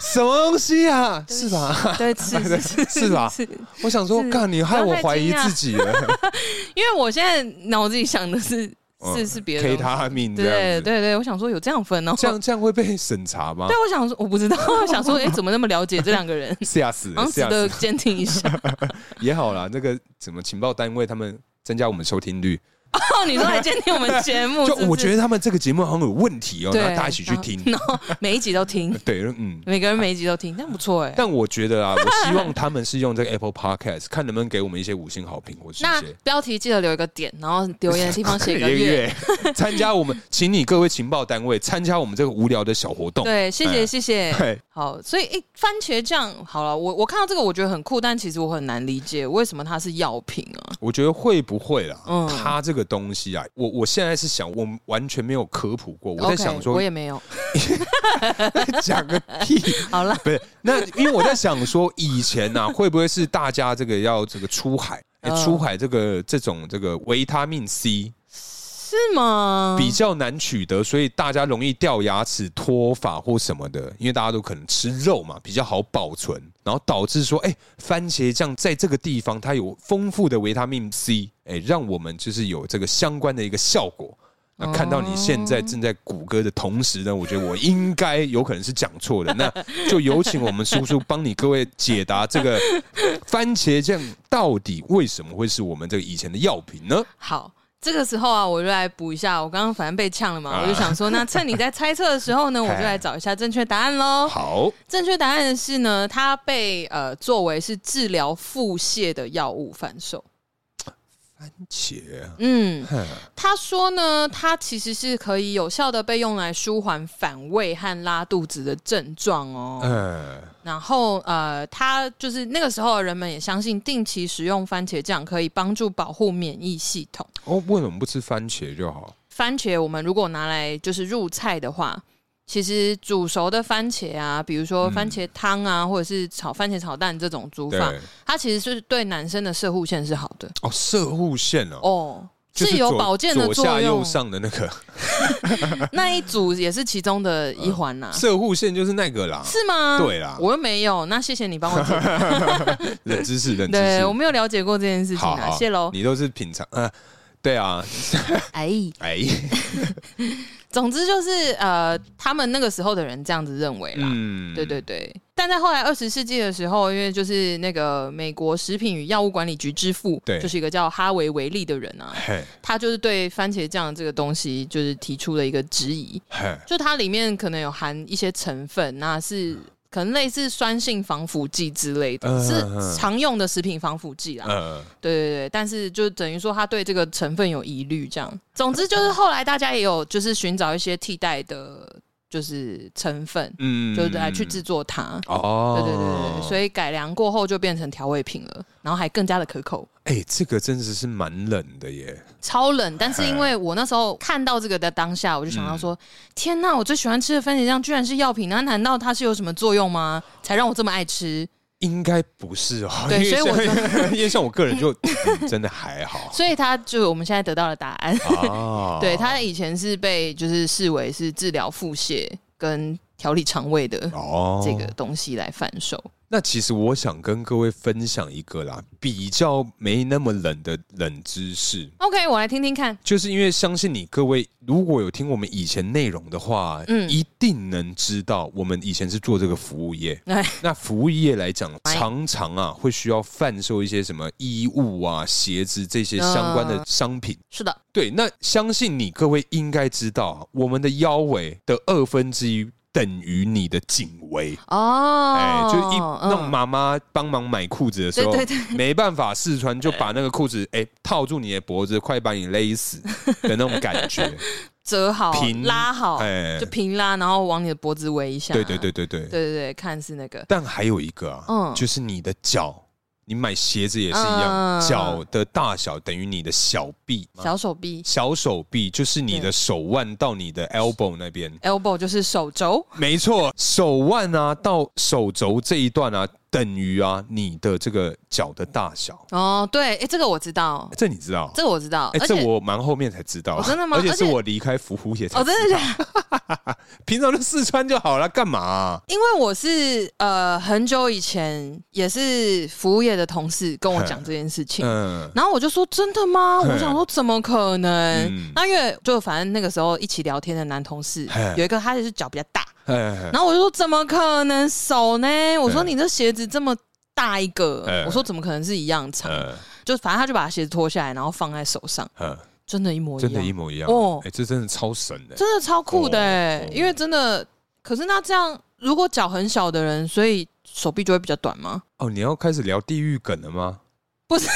S2: 什么东西啊？
S3: 对不
S2: 是
S3: 起
S2: 吧？
S3: 对是是
S2: 是啊吧
S3: 是
S2: 我想说，
S3: 是
S2: 干你害我
S3: 不要太
S2: 怀疑
S3: 惊讶
S2: 自己了。
S3: 因为我现在脑子里想的是
S2: 嗯
S3: 是是 别的东
S2: K
S3: 西，
S2: 他命这
S3: 对
S2: 样子，
S3: 对对，我想说有这样分哦，
S2: 这样这样会被审查吗？
S3: 对，？我想说我不知道，我想说哎、诶怎么那么了解这两个人
S2: 吓死了，
S3: 昂值
S2: 吓死
S3: 得
S2: 了
S3: 监听一下，
S2: 也好啦。那个什么情报单位他们增加我们收听率，
S3: 哦，你说来监听我们节
S2: 就
S3: 目，
S2: 是
S3: 不是
S2: 我觉得他们这个节目好像有问题哦，
S3: 对嗯
S2: 然后大家一起去听。
S3: 然后每一集都听，
S2: 对，嗯。
S3: 每个人每一集都听，那不错哎、
S2: 但我觉得 啊，我希望他们是用这个 Apple Podcast，看能不能给我们一些五星好评或是一
S3: 那
S2: 些
S3: 标题记得留一个点，然后留言的地方写个
S2: 一
S3: 月。
S2: 月参加我们，请你各位情报单位参加我们这个无聊的小活动。
S3: 对，谢
S2: 哎
S3: 谢谢谢。
S2: 对，
S3: 好，所以诶、番茄酱好了，我我看到这个我觉得很酷，但其实我很难理解为什么它是药品啊？
S2: 我觉得会不会啦？
S3: 嗯
S2: 它这个东西啊，我我现在是想，我完全没有科普过，我在
S3: OK，
S2: 想说
S3: 我也没有。
S2: 讲个屁，
S3: 好了，
S2: 不是？那因为我在想说，以前呐、啊，会不会是大家这个要这个出海？哎
S3: 嗯
S2: 出海这个这种这个维他命 C
S3: 是吗？
S2: 比较难取得，所以大家容易掉牙齿、脱发或什么的，因为大家都可能吃肉嘛，比较好保存，然后导致说，哎、番茄酱在这个地方它有丰富的维他命 C，哎、让我们就是有这个相关的一个效果。那看到你现在正在谷歌的同时呢，我觉得我应该有可能是讲错的，那就有请我们叔叔帮你各位解答这个番茄酱到底为什么会是我们这个以前的药品呢？
S3: 好，这个时候啊，我就来补一下，我刚刚反正被呛了嘛，
S2: 啊
S3: 我就想说，那趁你在猜测的时候 呢，我就来找一下正确答案喽。
S2: 好，
S3: 正确答案是呢，它被呃作为是治疗腹泻的药物贩售。
S2: 且
S3: 嗯，他说呢，它其实是可以有效的被用来舒缓反胃和拉肚子的症状哦。
S2: 呃，
S3: 然后呃，它就是那个时候人们也相信定期食用番茄酱可以帮助保护免疫系统。
S2: 哦，为什么不吃番茄就好？
S3: 番茄我们如果拿来就是入菜的话，其实煮熟的番茄啊，比如
S2: 嗯
S3: 说番茄汤啊，或者是炒番茄炒蛋这种煮
S2: 对，
S3: 法，它其实就是对男生的射护腺是好的
S2: 哦，射护线哦，
S3: 哦。
S2: 就是
S3: 有
S2: 左
S3: 保健的
S2: 左
S3: 作
S2: 下右
S3: 用，啊
S2: 上的那个
S3: 那一组也是其中的一环呐、
S2: 射护线就是那个啦，
S3: 是吗？
S2: 呃对啦
S3: 我又没有，那谢谢你帮我 解答，
S2: 冷知识，冷知识
S3: 对我，没有了解过这件事情
S2: 好
S3: 啊，
S2: 好，
S3: 谢喽。
S2: 你都是品尝，呃，对啊，
S3: 哎，
S2: 哎，
S3: 总之就是呃，他们那个时候的人这样子认为啦，
S2: 嗯，
S3: 对对对，但在后来二十世纪的时候，因为就是那个美国食品与药物管理局之父，
S2: 对
S3: 就是一个叫哈维维利的人 啊，
S2: 嘿，
S3: 他就是对番茄酱这个东西就是提出了一个质疑，
S2: 嘿，
S3: 就它里面可能有含一些成分，那是可能类似酸性防腐剂之类的，
S2: 嗯嗯嗯
S3: 是常用的食品防腐剂啦。
S2: 呃，
S3: 对对对，但是就等于说他对这个成分有疑虑，这样。总之就是后来大家也有就是寻找一些替代的，就是成分。
S2: 嗯
S3: 就是来去制，作它，
S2: 哦，
S3: 对对对对，所
S2: 以，
S3: 以改良过后就变成调味品了，然后还更加的可口，
S2: 哎，这个真的是蛮冷的耶，
S3: 超冷。但是因为我那时候看到这个的当下，我就想到说，
S2: 嗯
S3: 天呐，我最喜欢吃的番茄酱居然是药品，那难道它是有什么作用吗？才让我这么爱吃？
S2: 应该不是哦，
S3: 对所以我
S2: 我 因为像我个人就嗯真的还好
S3: 所以它就我们现在得到了答案，
S2: 啊
S3: 对，它以前是被就是视为是治疗腹泻跟调理肠胃的
S2: 哦
S3: 这个东西来贩售。
S2: 那其实我想跟各位分享一个啦，比较没那么冷的冷知识，
S3: OK，我来听听看。
S2: 就是因为相信你各位如果有听我们以前内容的话，
S3: 嗯
S2: 一定能知道我们以前是做这个服务业。
S3: 哎，
S2: 那服务业来讲，
S3: 哎
S2: 常常啊会需要贩售一些什么衣物啊、鞋子这些相关的
S3: 嗯
S2: 商品。
S3: 是的，
S2: 对，那相信你各位应该知道啊，我们的腰围的二分之一等于你的颈围。
S3: 哦，
S2: 哎、就一那种
S3: 嗯
S2: 妈妈帮忙买裤子的时候，
S3: 对对
S2: 没办法试穿，就把那个裤子哎、套住你的脖子，快把你勒死的那种感觉。
S3: 折好、
S2: 平
S3: 拉好，
S2: 哎
S3: 就平拉，然后往你的脖子围一下。
S2: 对对对对对。
S3: 对对对看是那个
S2: 但还有一个啊，
S3: 嗯
S2: 就是你的脚，你买鞋子也是一样，
S3: 嗯
S2: 脚、的大小等于你的小臂吗，
S3: 小手臂
S2: 小手臂就是你的手腕到你的 elbow 那边。
S3: （elbow） 就是手肘。
S2: 没错，手腕啊到手肘这一段啊，等于啊你的这个脚的大小，
S3: 哦，对，哎，这个我知道，
S2: 这你知道？
S3: 这个我知道，
S2: 哎、
S3: 而
S2: 这
S3: 且
S2: 我蛮后面才知道的、啊
S3: 哦真的吗
S2: 而且
S3: 而
S2: 是
S3: 且
S2: 我离开服务业才
S3: 哦，
S2: 知道，
S3: 真的假的？
S2: 平常就试穿就好了，干嘛啊、
S3: 因为我是呃很久以前也是服务业的同事跟我讲这件事情。
S2: 嗯，
S3: 然后我就说真的吗？
S2: 嗯
S3: 我想说怎么可能？
S2: 嗯
S3: 那因为就反正那个时候一起聊天的男同事
S2: 嘿
S3: 有一个，他就是脚比较大，
S2: 哎，
S3: 然后我就说怎么可能手呢？我说
S2: 嗯
S3: 你这鞋子这么大一个，
S2: 嗯
S3: 我说怎么可能是一样长？
S2: 呃
S3: 就反正他就把鞋子脱下来，然后放在手上，
S2: 呃，
S3: 真的，一模一样，
S2: 真的，一模一样。
S3: 哦
S2: 哎，这真的超神的。
S3: 真的超酷的、欸
S2: 哦
S3: 因为真的，可是那这样，如果脚很小的人，所以手臂就会比较短吗？
S2: 哦，你要开始聊地狱梗了吗？
S3: 不是，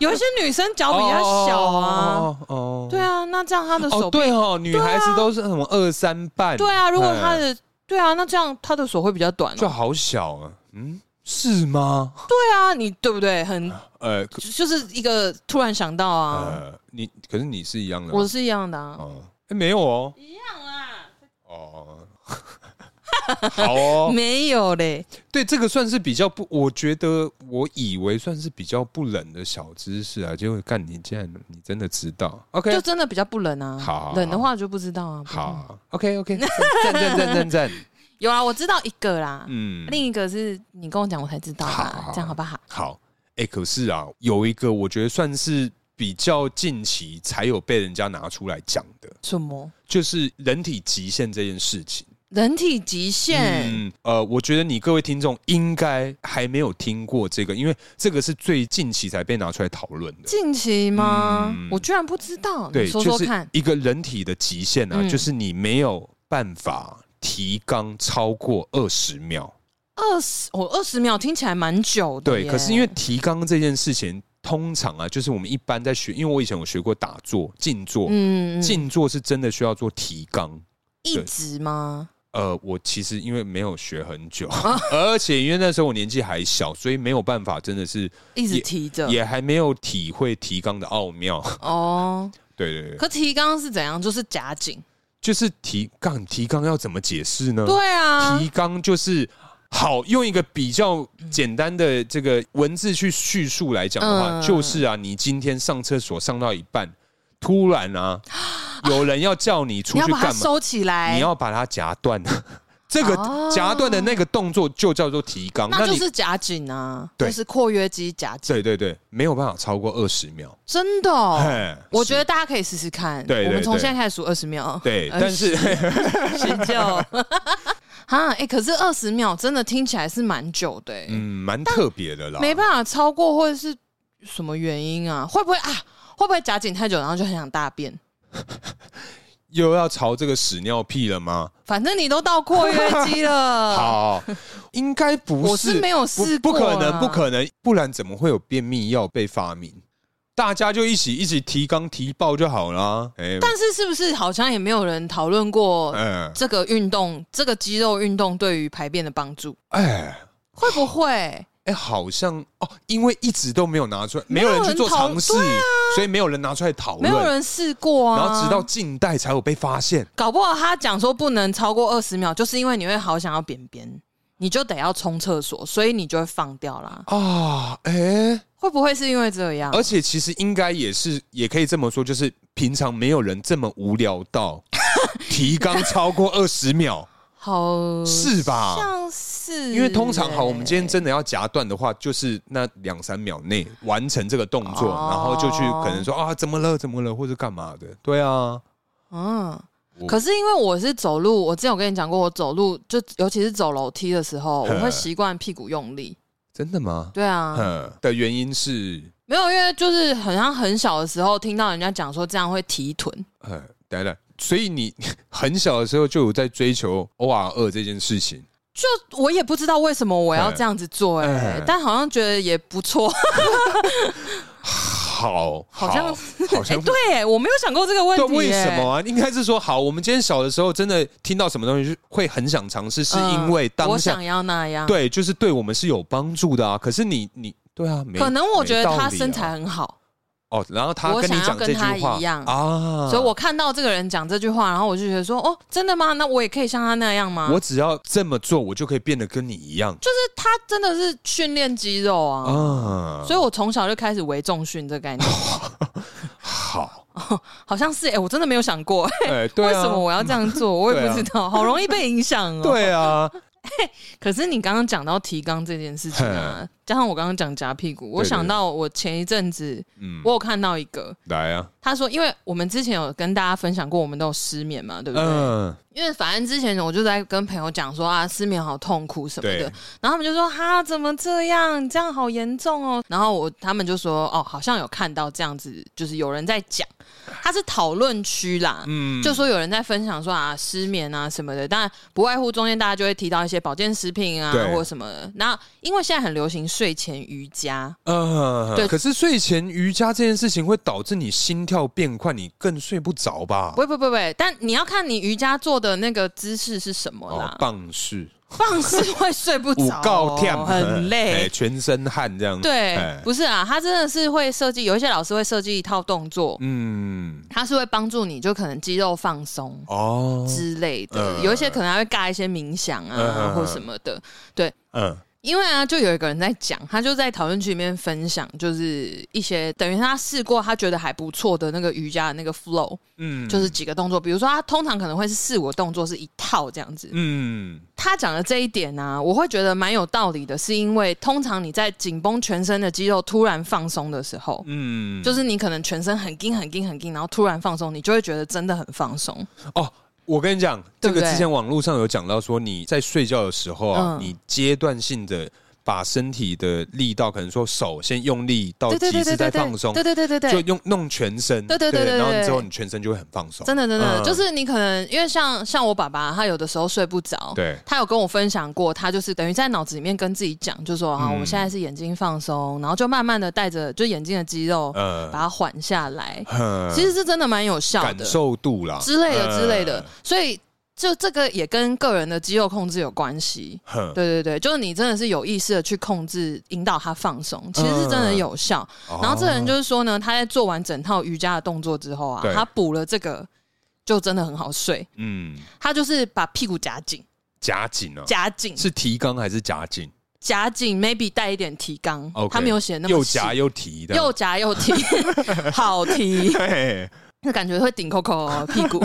S3: 有一些女生脚比较哦小啊，
S2: 哦哦哦哦，
S3: 对啊，那这样她的手
S2: 哦，
S3: 臂，
S2: 对哦，女孩子都是什么二三半，
S3: 对啊，如果她
S2: 哎
S3: 的，对啊，那这样她的手会比较短、
S2: 就
S3: 哦，
S2: 好小啊，嗯，是吗？
S3: 对啊，你对不对？很
S2: 呃可
S3: 就就是一个突然想到啊，
S2: 呃，你可是你是一样的吗，
S3: 我是一样的啊，
S2: 哦，哎没有哦，
S3: 一样啊，
S2: 哦， 好 哦，
S3: 没有嘞，
S2: 对，这个算是比较不，我觉得我以为算是比较不冷的小知识啊，结果干你竟然你真的知道，OK，
S3: 就真的比较不冷啊，
S2: 好好好
S3: 冷的话就不知道啊，不知道，
S2: 好，OK OK，赞赞赞赞赞，
S3: 有啊，我知道一个啦，
S2: 嗯，
S3: 另一个是你跟我讲，我才知道
S2: 好
S3: 啦
S2: 好，
S3: 这样好不好？
S2: 好，哎、可是啊，有一个我觉得算是比较近期才有被人家拿出来讲的，
S3: 什么？
S2: 就是人体极限这件事情。
S3: 人体极限？，
S2: 呃，我觉得你各位听众应该还没有听过这个，因为这个是最近期才被拿出来讨论的。
S3: 近期吗？
S2: 嗯
S3: 我居然不知道，你
S2: 对，
S3: 说说
S2: 就是
S3: 看。
S2: 一个人体的极限啊，
S3: 嗯
S2: 就是你没有办法提肛超过二十秒。
S3: 二十，我二十秒听起来蛮久的
S2: 对，
S3: 耶
S2: 可是因为提肛这件事情，通常啊，就是我们一般在学，因为我以前有学过打坐、静坐，
S3: 嗯，嗯
S2: 静坐是真的需要做提肛。
S3: 一直吗？
S2: 呃，我其实因为没有学很 久，而且因为那时候我年纪还小，所以没有办法，真的是
S3: 一直提着
S2: 也还没有体会提肛的奥妙。
S3: 哦。
S2: 对对对，
S3: 可提纲是怎样？就是夹紧。
S2: 就是提肛，提肛要怎么解释呢？
S3: 对啊，
S2: 呃提肛就是好用一个比较简单的这个文字去叙述来讲的话，
S3: 嗯
S2: 就是啊，你今天上厕所上到一半，突然 啊，有人要叫你出
S3: 你要
S2: 去
S3: 把它
S2: 干嘛？
S3: 收起来，
S2: 你要把它夹断。 这个
S3: 哦
S2: 夹断的那个动作就叫做提肛，
S3: 那就
S2: 你
S3: 是夹紧啊，
S2: 对
S3: 就是括约肌夹紧。
S2: 对对对，没有办法超过二十秒。
S3: 真的哦、
S2: 嘿
S3: 我觉
S2: 是
S3: 得大家可以试试看。
S2: 对对
S3: 我们从
S2: 对
S3: 现在开始数二十秒。呃
S2: 对，
S3: 20
S2: 但 是
S3: 十 九。啊，哎、可是二十秒真的听起来是蛮久的、欸，
S2: 嗯，啊蛮特别的啦。
S3: 没办法超过，或者是什么原因啊？会不会啊？会不会夹紧太久，然后就很想大便？
S2: 又要朝这个屎尿屁了吗？
S3: 反正你都到括约肌了，
S2: 好，应该不
S3: 呃我
S2: 是，
S3: 是没有
S2: 不
S3: 试
S2: 不
S3: 过啊
S2: 可能，
S3: 啦
S2: 不可能，不然怎么会有便秘药被发明？大家就一起一起提肛提爆就好啦。哎，
S3: 但是是不是好像也没有人讨论过
S2: 嗯，
S3: 这个运动，这个肌肉运动对于排便的帮助？
S2: 哎
S3: 会不会？
S2: 哎，好像哦，因为一直都没有拿出来，没有
S3: 有
S2: 人去
S3: 人
S2: 做
S3: 讨
S2: 尝试
S3: 对，啊
S2: 所以没有人拿出来讨
S3: 没有
S2: 论。
S3: 人试过啊？
S2: 然后直到近代才有被发现，
S3: 搞不好他讲说不能超过二十秒，就是因为你会好想要便便，你就得要冲厕所，所以你就会放掉啦。
S2: 啊，哎，
S3: 会不会是因为这样？
S2: 而且其实应该也是，也可以这么说，就是平常没有人这么无聊到 提纲超过二十秒，
S3: 好
S2: 是吧？
S3: 像是，
S2: 因为通常好，我们今天真的要夹断的话，就是那两三秒内完成这个动作，
S3: 哦
S2: 然后就去可能说啊怎么了怎么了，或者干嘛的，对啊，
S3: 嗯
S2: 我。
S3: 可是因为我是走路，我之前有跟你讲过，我走路就尤其是走楼梯的时 候，
S2: 呵
S3: 我会习惯屁股用力。
S2: 真的吗？
S3: 对啊，
S2: 嗯，的原因是，
S3: 没有，因为就是好像很小的时候听到人家讲说这样会提臀，
S2: 呃，等一下，所以你 很小的时候就有在追求 OR 二这件事情，
S3: 就我也不知道为什么我要
S2: 嗯
S3: 这样子做、欸，哎、
S2: 嗯
S3: 但好像觉得也不错。
S2: 好，
S3: 好像
S2: 好
S3: 哎、
S2: 像
S3: 对耶，我没有想过这个问题
S2: 对，
S3: 耶。
S2: 为什么啊？应该是说，好，我们今天小的时候真的听到什么东西，就会很想尝试，是因为
S3: 嗯
S2: 当
S3: 我
S2: 下、
S3: 想要那样？，
S2: 对，就是对我们是有帮助的啊。可是你你对啊，没
S3: 可能我觉得
S2: 没道
S3: 他
S2: 理啊
S3: 身材很好，
S2: 哦，然后他
S3: 我
S2: 跟你
S3: 想要
S2: 讲这
S3: 跟他
S2: 句话
S3: 一样
S2: 啊，
S3: 所以我看到这个人讲这句话，然后我就觉得说，哦，真的吗？那我也可以像他那样吗？
S2: 我只要这么做，我就可以变得跟你一样
S3: 就是他真的是训练肌肉啊，
S2: 啊。哦
S3: 所以我从小就开始为重训这个概念，
S2: 好，
S3: 好像是哎、我真的没有想过、
S2: 哎， 对啊，啊
S3: 为什么我要这样做，我也不知道，好容易被影响哦。
S2: 嗯？，对啊，
S3: 可是你刚刚讲到提纲这件事情啊，加上我刚刚讲夹屁股，我
S2: 对对
S3: 想到我前一阵子
S2: 嗯，
S3: 我有看到一个，
S2: 来啊，
S3: 他说，因为我们之前有跟大家分享过，我们都有失眠嘛，对不对？
S2: 嗯，
S3: 因为反正之前我就在跟朋友讲说啊，失眠好痛苦什么的
S2: 对，
S3: 然后他们就说哈，怎么这样？这样好严重哦。然后我他们就说哦，好像有看到这样子，就是有人在讲，他是讨论区啦，
S2: 嗯
S3: 就说有人在分享说啊，失眠啊什么的，但不外乎中间大家就会提到一些保健食品啊
S2: 对
S3: 或者什么的。那因为现在很流行睡前瑜伽，
S2: 呃，
S3: 对
S2: 可是睡前瑜伽这件事情会导致你心跳变快，你更睡不着吧？
S3: 不不不不，但你要看你瑜伽做的那个姿势是什么啦
S2: 哦，，棒式
S3: 放肆会睡不
S2: 五
S3: 着、
S2: 告跳，
S3: 哦很累
S2: 哎。全身汗这样。
S3: 对
S2: 哎，
S3: 不是啊，他真的是会设计，有一些老师会设计一套动作，
S2: 嗯，
S3: 他是会帮助你，就可能肌肉放松
S2: 哦，
S3: 之类的，
S2: 嗯
S3: 有一些可能还会尬一些冥想啊、
S2: 嗯
S3: 或什么的。
S2: 嗯，
S3: 因为啊，就有一个人在讲，他就在讨论区里面分享，就是一些等于他试过，他觉得还不错的那个瑜伽的那个 flow，、
S2: 嗯，
S3: 就是几个动作，比如说他通常可能会是四五个动作是一套这样子，
S2: 嗯，
S3: 他讲的这一点呢、我会觉得蛮有道理的，是因为通常你在紧绷全身的肌肉突然放松的时候，
S2: 嗯，
S3: 就是你可能全身很硬很硬很硬，然后突然放松，你就会觉得真的很放松。
S2: 哦。我跟你讲，这
S3: 对不对
S2: 个之前网络上有讲到说，你在睡觉的时候啊，
S3: 嗯
S2: 你阶段性的把身体的力道，可能说手先用力到
S3: 对对
S2: 极
S3: 对对
S2: 致
S3: 对
S2: 再
S3: 对，
S2: 放松
S3: 对，对对对
S2: 就
S3: 对。
S2: 用弄全身，
S3: 对对对对
S2: 然后你
S3: 对
S2: 之后你全身就会很放松，
S3: 真的，真的，
S2: 嗯
S3: 就是你可能因为像像我爸爸，他有的时候睡不着，
S2: 对
S3: 他有跟我分享过，他就是等于在脑子里面跟自己讲，就说啊，
S2: 嗯
S3: 我们现在是眼睛放松，然后就慢慢的带着就眼睛的肌肉把
S2: 呃，
S3: 它缓下来，
S2: 呃
S3: 其实是真的蛮有效
S2: 感
S3: 的。
S2: 受度啦
S3: 之类的
S2: 呃
S3: 之类的，所以就这个也跟个人的肌肉控制有关系。
S2: 哼
S3: 对对对，就是你真的是有意识的去控制，引导他放
S2: 嗯
S3: 松，其实是真的有效。然后这个人就是说呢，他在做完整套瑜伽的动作之后啊，
S2: 对
S3: 他补了这个，就真的很好睡。
S2: 嗯，
S3: 他就是把屁股夹紧，
S2: 夹紧啊，
S3: 夹紧，
S2: 是提肛还是夹紧？
S3: 夹紧，maybe 带一点提肛。
S2: OK
S3: 他没有写那么
S2: 又
S3: 细
S2: 夹又提的，
S3: 又夹又 提，好提，
S2: 嘿
S3: 那感觉会顶扣扣屁股。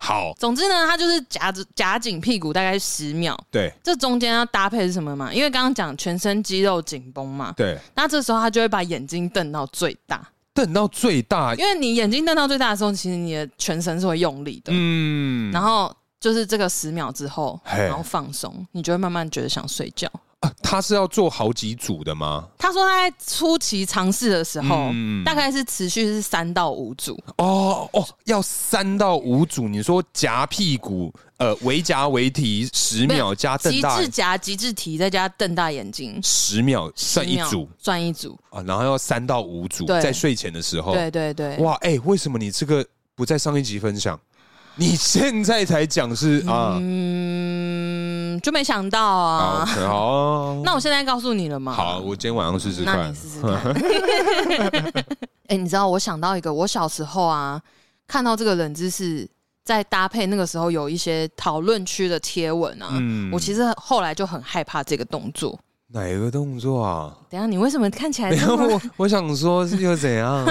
S2: 好，
S3: 总之呢，他就是夹着夹紧屁股大概十秒，
S2: 对
S3: 这中间要搭配是什么嘛？因为刚刚讲全身肌肉紧绷嘛，
S2: 对，
S3: 那这时候他就会把眼睛瞪到最大，
S2: 等到最大，
S3: 因为你眼睛瞪到最大的时候，其实你的全身是会用力的。
S2: 嗯，
S3: 然后就是这个十秒之后，
S2: 嘿
S3: 然后放松，你就会慢慢觉得想睡觉。
S2: 啊他是要做好几组的吗？
S3: 他说他在初期尝试的时候，
S2: 嗯
S3: 大概是持续是三到五组，
S2: 哦哦，要三到五组，你说夹屁股，呃，围夹围提十
S3: 没有
S2: 秒加瞪
S3: 极
S2: 大
S3: 致夹、极致提，再加瞪大眼睛，
S2: 十秒算一
S3: 10秒
S2: 组，
S3: 算一组。
S2: 啊，然后要三到五组，
S3: 对
S2: 在睡前的时候。
S3: 对对对，
S2: 哦哇，哎、为什么你这个不在上一集分享？ 你现在才讲是啊，
S3: 嗯，就没想到
S2: 好，
S3: 啊。
S2: 可好啊，
S3: 那我现在告诉你了吗？
S2: 好，我今天晚上试试
S3: 那
S2: 看
S3: 你。试试看。 哎、你知道我想到一个，我小时候啊，看到这个冷知识，在搭配那个时候有一些讨论区的贴文啊，
S2: 嗯
S3: 我其实后来就很害怕这个动作。
S2: 哪一个动作啊？
S3: 等一下，你为什么看起来
S2: 没
S3: 这
S2: 有，
S3: 么？
S2: 我我想说是又怎 样？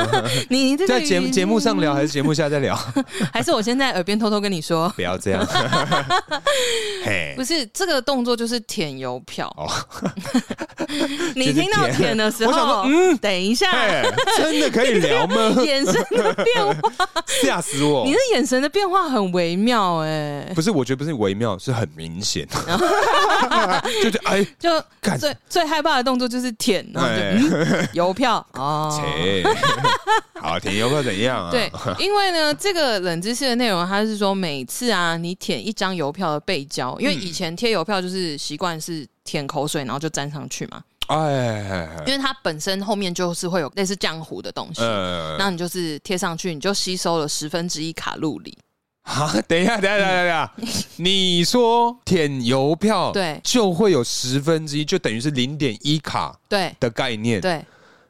S3: 你你这个
S2: 在节目
S3: 语
S2: 节目上聊还是节目下再聊？
S3: 还是我先在耳边偷偷跟你说，
S2: 不要这 样。嘿
S3: 不，是这个动作就是舔邮票。
S2: 哦
S3: 你听到
S2: 就是舔
S3: 舔的时候，
S2: 我想说
S3: 嗯，等一下，
S2: 嘿，真的可以聊 吗？
S3: 眼神的变 化，
S2: 吓死我
S3: 你！的眼神的变化很微妙哎、
S2: 不是，我觉得不是微妙，是很明 显， 就是哎，
S3: 就
S2: 干
S3: 最最害怕的动作就是舔，然后就、
S2: 哎
S3: 嗯、邮票哦。
S2: 切，好，田优克怎样啊？
S3: 对，因为呢，这个冷知识的内容，它是说每次啊，你舔一张邮票的背胶，因为
S2: 嗯
S3: 以前贴邮票就是习惯是舔口水，然后就粘上去嘛，
S2: 哎，
S3: 因为它本身后面就是会有类似浆糊的东西，
S2: 呃，
S3: 那你就是贴上去，你就吸收了十分之一卡路里。
S2: 啊，等一下，等一下，等一下，等一 下，你说舔邮票，
S3: 对
S2: 就会有十分之一，就等于是零点一卡
S3: 对
S2: 的概念。
S3: 对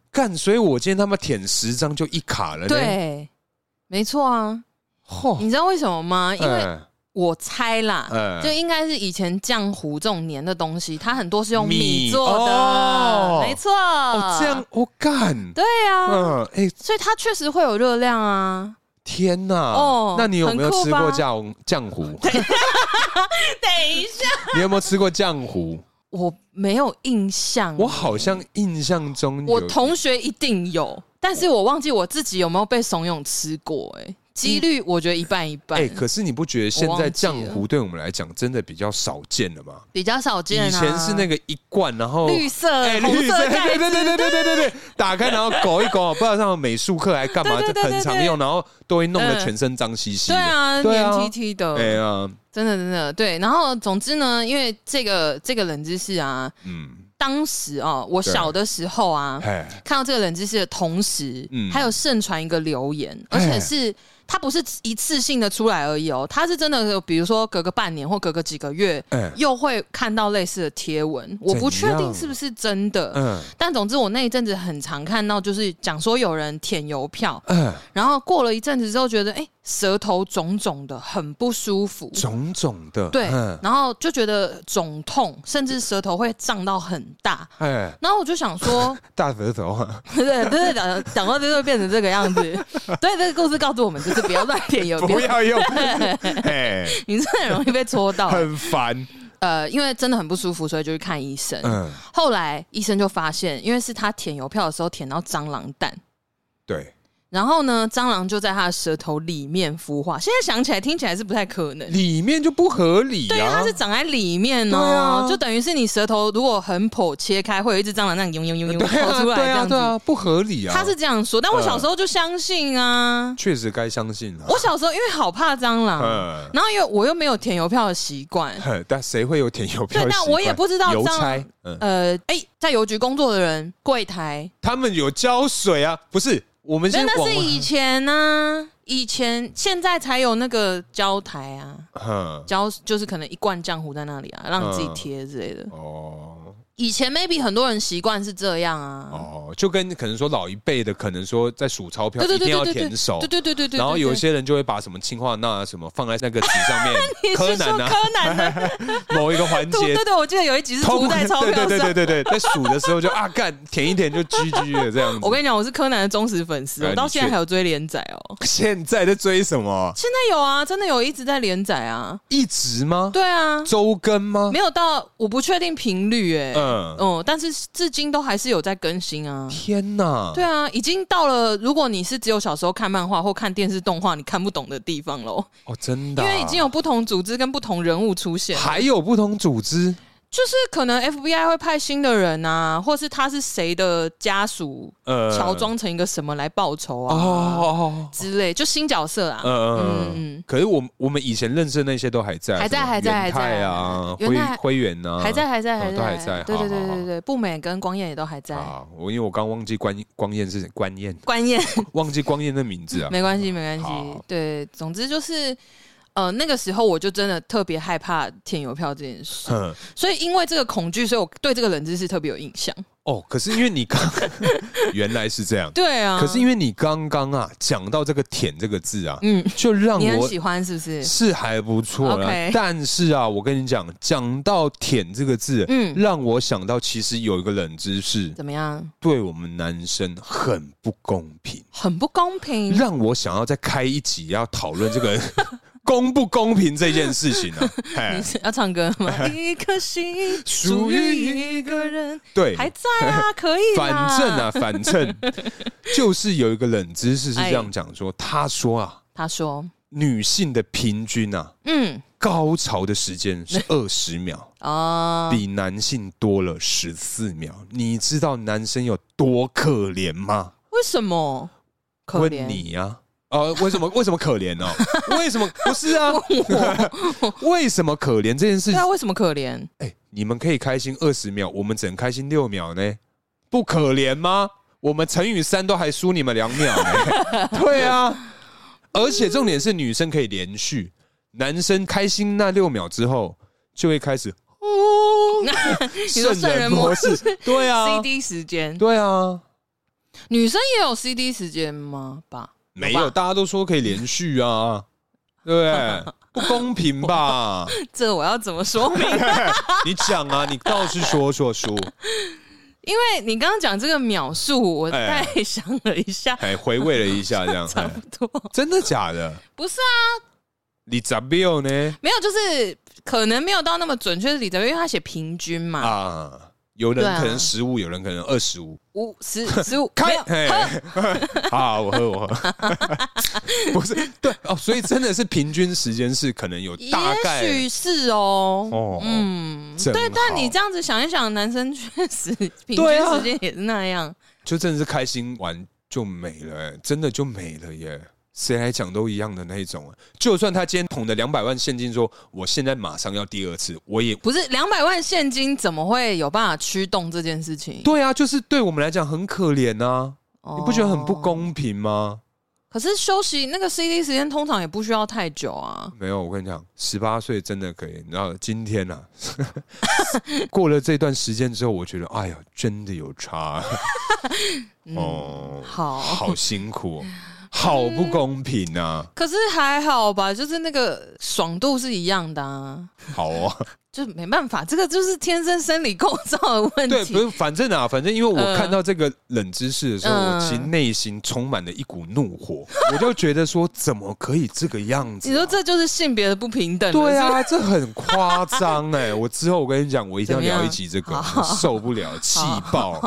S2: 干，所以我今天他妈舔十张就一卡了。，
S3: 对，没错啊，
S2: 嚯，
S3: 你知道为什么吗？因为
S2: 嗯
S3: 我猜啦，
S2: 嗯
S3: 就应该是以前浆糊这种粘的东西，它很多是用米
S2: 米
S3: 做的，
S2: 哦
S3: 没错。
S2: 哦，这样，我干，
S3: 呃对啊，
S2: 嗯，哎，
S3: 所以它确实会有热量啊。
S2: 天哪，
S3: 哦
S2: 那你有没有
S3: 很酷
S2: 吃过
S3: 吧
S2: 酱酱糊？
S3: 等一下，
S2: 你有没有吃过酱糊？
S3: 我没有印象，
S2: 我好像印象中
S3: 我
S2: 有
S3: 同学一定有，但是我忘记我自己有没有被怂恿吃过、哎，几率我觉得一半一半，
S2: 哎、可是你不觉得现
S3: 我忘
S2: 在
S3: 记了
S2: 浆糊对我们来讲真的比较少见了吗？
S3: 比较少见、啊。
S2: 以前是那个一罐，然后
S3: 绿色、
S2: 哎
S3: 红
S2: 绿色，
S3: 色
S2: 对
S3: 盖子，
S2: 对对对对对对对，打开然后搞一 搞，不知道上美术课还干嘛，
S3: 对对
S2: 就
S3: 对对
S2: 很常用，然后都会弄得
S3: 嗯
S2: 全身脏兮兮
S3: 对
S2: 的。
S3: 啊，
S2: 对
S3: 黏
S2: 啊
S3: T T 的，
S2: 哎呀，
S3: 真的真的对。然后总之呢，因为这个这个冷知识啊，
S2: 嗯，
S3: 当时哦，我
S2: 对
S3: 小的时候啊，
S2: 哎，
S3: 看到这个冷知识的同时，
S2: 嗯
S3: 还有盛传一个留言，而
S2: 哎
S3: 且是它不是一次性的出来而已哦，它是真的，比如说隔个半年或隔个几个月，
S2: 哎
S3: 又会看到类似的贴文，我不确定是不是真的。
S2: 嗯
S3: 但总之，我那一阵子很常看到，就是讲说有人舔邮票，
S2: 嗯，
S3: 然后过了一阵子之后，觉得哎、舌头肿肿的，很不舒服，
S2: 种种的，
S3: 对，
S2: 嗯
S3: 然后就觉得肿痛，甚至舌头会胀到很大。
S2: 哎，
S3: 然后我就想说，
S2: 大舌头啊，
S3: 对，就是讲讲到这就变成这个样 子。对，这个故事告诉我们，就是不要乱舔邮
S2: 不要
S3: 票，
S2: 用，哎，
S3: 你真的很容易被戳 到。
S2: 很烦，
S3: 呃，因为真的很不舒服，所以就去看医生。
S2: 嗯，
S3: 后来医生就发现，因为是他舔邮票的时候舔到蟑螂蛋，
S2: 对，
S3: 然后呢，蟑螂就在他的舌头里面孵化。现在想起来，听起来是不太可能。
S2: 里面就不合理
S3: 对，因为
S2: 啊
S3: 它是，长在里面哦，
S2: 对啊
S3: 就等于是你舌头如果很剖切开，会有一只蟑螂那样嗡嗡嗡嗡
S2: 对
S3: 跑
S2: 啊，
S3: 出来这
S2: 对啊，
S3: 样子。
S2: 对啊，不合理啊，
S3: 他是这样说，但我小时候就相信啊。
S2: 确实该相信啊，
S3: 我小时候因为好怕蟑螂，
S2: 嗯
S3: 然后因为我又没有舔邮票的习惯，
S2: 哼但谁会有舔邮票的
S3: 对
S2: 习
S3: 那
S2: 惯？
S3: 我也不知道
S2: 邮
S3: 这样
S2: 差，嗯，
S3: 呃，哎、在邮局工作的人，柜台，
S2: 他们有胶水啊，不是？我们
S3: 真
S2: 先
S3: 的
S2: 往
S3: 是以前呢、以前现在才有那个胶台啊，
S2: 嗯
S3: 胶就是可能一罐浆糊在那里啊，让你自己贴之类的。
S2: 哦
S3: 以前 maybe 很多人习惯是这样啊，
S2: 哦，就跟可能说老一辈的，可能说在数钞票
S3: 对对
S2: 一定
S3: 对
S2: 要
S3: 对对对
S2: 舔手
S3: 对，对对对对，
S2: 然后
S3: 对
S2: 有些人就会把什么氰化钠啊什么放在那个纸上面
S3: 你，是
S2: 柯
S3: 说
S2: 南啊
S3: 柯南的
S2: 某一个环
S3: 涂
S2: 节
S3: 对。对，我记得有一集是涂在钞
S2: 对
S3: 票
S2: 对对
S3: 上
S2: 对。对对，在数的时候就啊干舔一舔就 GG 了这样子。
S3: 我跟你讲，我是柯南的忠实粉丝，
S2: 哎
S3: 我到
S2: 你
S3: 现在
S2: 确
S3: 还有追连载哦。
S2: 现在在追什么？
S3: 现在有啊，真的有一直在连载啊。
S2: 一直吗？
S3: 对啊，
S2: 周更吗
S3: 没？有到我不确定频率哎、
S2: 嗯
S3: 嗯，但是至今都还是有在更新啊。
S2: 天哪！
S3: 对啊，已经到了如果你是只有小时候看漫画或看电视动画，你看不懂的地方喽，
S2: 哦，真的
S3: 因
S2: 啊、
S3: 为已经有不同组织跟不同人物出现了，
S2: 还有不同组织，
S3: 就是可能 FBI 会派新的人啊，或是他是谁的家属，
S2: 呃
S3: 乔装成一个什么来报仇
S2: 哦
S3: 啊、
S2: 哦，
S3: 之类，就新角色啊。
S2: 嗯嗯嗯。
S3: 嗯，
S2: 可是我们我们以前认识的那些都还在，
S3: 还在
S2: 什么
S3: 还在
S2: 元
S3: 还在
S2: 泰啊，
S3: 元泰
S2: 灰灰原啊，
S3: 还在还在
S2: 嗯
S3: 还在
S2: 都还在
S3: 对对
S2: 好
S3: 对
S2: 好好
S3: 对对，步美跟光彦也都还在。
S2: 啊。我因为我刚忘记关光彦是关彦，
S3: 关彦
S2: 忘记光彦的名字啊。
S3: 没关系，没关系
S2: 好。
S3: 对，总之就是，呃，那个时候我就真的特别害怕舔邮票这件事，
S2: 哼
S3: 所以因为这个恐惧，所以我对这个冷知识特别有印象。
S2: 哦，可是因为你 刚原来是这样，
S3: 对啊，
S2: 可是因为你刚刚啊讲到这个“舔”这个字啊，
S3: 嗯，
S2: 就让
S3: 你很
S2: 我
S3: 喜欢是不是？
S2: 是还不错啦
S3: OK。
S2: 但是啊，我跟你讲，讲到“舔”这个字，
S3: 嗯
S2: 让我想到其实有一个冷知识，
S3: 怎么样？
S2: 对我们男生很不公平，
S3: 很不公平。
S2: 让我想要再开一集要讨论这 个公不公平这件事情啊。哎
S3: 你，是要唱歌 吗？一颗心属
S2: 属于
S3: 于一个人，
S2: 对，
S3: 还在 啊，可以啦。
S2: 反正啊，反正 就是有一个冷知识是这样讲说，他说啊，
S3: 他说，
S2: 女性的平均啊
S3: 嗯，
S2: 高潮的时间
S3: 哎
S2: 是二十秒，
S3: 哦，
S2: 比男性多了十四秒。你知道男生有多可怜吗？
S3: 为什么？可
S2: 问
S3: 怜
S2: 你呀、呃，为什么为什么可怜呢、哦 为什么不是啊？ 为什么可怜这件事
S3: 对？啊，为什么可怜？
S2: 哎、你们可以开心二十秒，我们只能开心六秒呢，不可怜吗？我们乘以三都还输你们两秒 呢。对啊，而且重点是女生可以连续，男生开心那六秒之后就会开始哦，
S3: 你说圣人模式
S2: 圣人模式，对啊，
S3: CD 时间，
S2: 对啊，
S3: 女生也有 CD 时间吗？吧，
S2: 没有，
S3: 吧，
S2: 大家都说可以连续啊，对不对？不公平 吧？
S3: 这我要怎么说 明？
S2: 你讲啊，你倒是说说说，
S3: 因为你刚刚讲这个秒数，我
S2: 哎
S3: 再想了一下，
S2: 哎，回味了一下，这样，
S3: 差
S2: 哎
S3: 不多。
S2: 真的假的？
S3: 不是啊，
S2: 你咋 b 呢？
S3: 没有，就是可能没有到那么准确的理财，因为他写平均嘛，
S2: 啊，有人
S3: 对啊
S2: 可能十五，有人可能二十五。
S3: 五 十十五没
S2: 开
S3: 有，
S2: 嘿好 好，我喝我喝，不是对哦，所以真的是平均时间是可能有大概
S3: 也许是哦。
S2: 哦，
S3: 嗯，
S2: 真
S3: 对，但你
S2: 好
S3: 这样子想一想，男生确实平
S2: 对啊
S3: 均时间也是那样。
S2: 就真的是开心完就没了、欸，真的就没了耶。谁来讲都一样的那一种、啊，就算他今天捧着两百万现金说我现在马上要第二次，我也
S3: 不是两百万现金怎么会有办法驱动这件事情？
S2: 对啊，就是对我们来讲很可怜啊，
S3: 哦
S2: 你不觉得很不？公平吗？
S3: 可是休息那个 CD 时间通常也不需要太久啊。
S2: 没有，我跟你讲，十八岁真的可以。你知道，今天啊， 过了这段时间之后，我觉得，哎呀，真的有 差、
S3: 嗯
S2: 哦，
S3: 好
S2: 好辛苦哦，好不公平啊！
S3: 可是还好吧，就是那个爽度是一样的啊，
S2: 好哦，
S3: 就没办法，这个就是天生生理构造的问
S2: 对，不
S3: 题。
S2: 是，反正啊，反正因为我
S3: 嗯
S2: 看到这个冷知识的时候，我其实
S3: 嗯
S2: 内心充满了一股怒火，我就觉得说，怎么可以这个样子、啊？
S3: 你说这就是性别的不平等了，
S2: 对
S3: 是不
S2: 啊，这很夸张哎！我之后我跟你讲，我一定要聊一集这个，
S3: 怎么样好
S2: 受不了，气爆。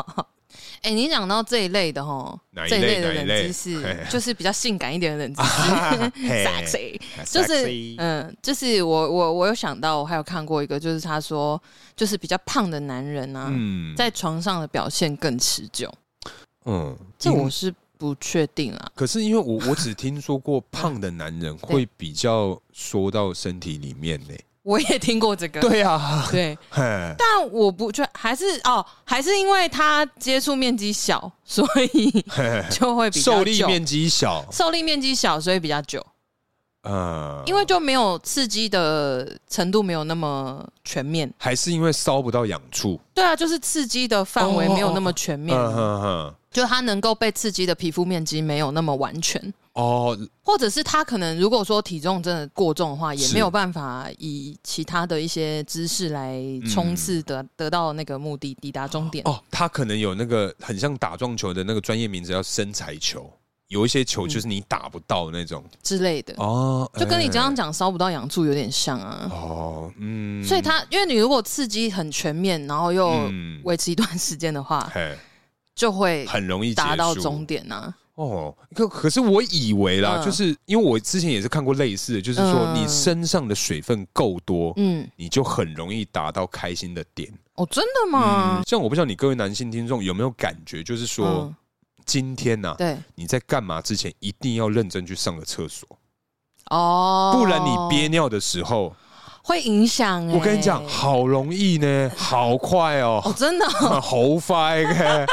S3: 是，哎、你讲到这一类的哈
S2: 哪，一
S3: 这
S2: 类
S3: 类的
S2: 哪一
S3: 冷
S2: 类哎啊
S3: 知 识
S2: 嘿，
S3: 就是比较性感一点的冷知识
S2: 嘿
S3: ，sexy。就是嗯，就是我我我有想到，我还有看过一个，就是他说，就是比较胖的男人啊，
S2: 嗯
S3: 在床上的表现更持久，
S2: 嗯，
S3: 这我
S2: 因
S3: 是不确定啊啦。
S2: 可是因为我我只听说过胖的男人会比较缩到身体里面呢。
S3: 我也听过这个，
S2: 对啊，
S3: 嗯对，
S2: 嘿
S3: 但我不觉还是哦，还是因为他接触面积小，所以就会比较
S2: 受力
S3: 久
S2: 面积小，
S3: 受力面积小，所以比较久，
S2: 呃，
S3: 因为就没有刺激的程度没有那么全面。
S2: 还是因为烧不到痒处。
S3: 对啊，就是刺激的范围没有那么全面，
S2: 哦嗯哼哼，
S3: 就他能够被刺激的皮肤面积没有那么完全。
S2: 哦，
S3: 或者是他可能如果说体重真的过重的话，也
S2: 是
S3: 没有办法以其他的一些姿势来冲刺得、得到那个目的，抵达终点。
S2: 嗯哦，他可能有那个很像打撞球的那个专业名字叫身材球，有一些球就是你打不到那种。
S3: 之类的。
S2: 哦，
S3: 嗯就跟你
S2: 哎
S3: 刚刚讲烧不到痒处有点像啊。
S2: 哦，嗯，
S3: 所以他，因为你如果刺激很全面，然后又
S2: 嗯
S3: 维持一段时间的话，
S2: 嘿，
S3: 就会
S2: 很容易
S3: 达
S2: 结
S3: 到
S2: 束
S3: 终点啊呐、
S2: 哦。可可是我以为啦，
S3: 嗯
S2: 就是因为我之前也是看过类似的，就是说
S3: 嗯
S2: 你身上的水分够多，
S3: 嗯，
S2: 你就很容易达到开心的点。嗯
S3: 哦，真的吗？
S2: 像我不知道你各位男性听众有没有感觉，就是说、
S3: 嗯
S2: 今天呐、
S3: 对，
S2: 你在干嘛之前一定要认真去上个厕所，
S3: 哦，
S2: 不然你憋尿的时候，
S3: 会影响、欸。
S2: 我跟你讲，好容易呢，好快
S3: 哦
S2: 哦，，
S3: 真的嗯 哦、
S2: 好 快欸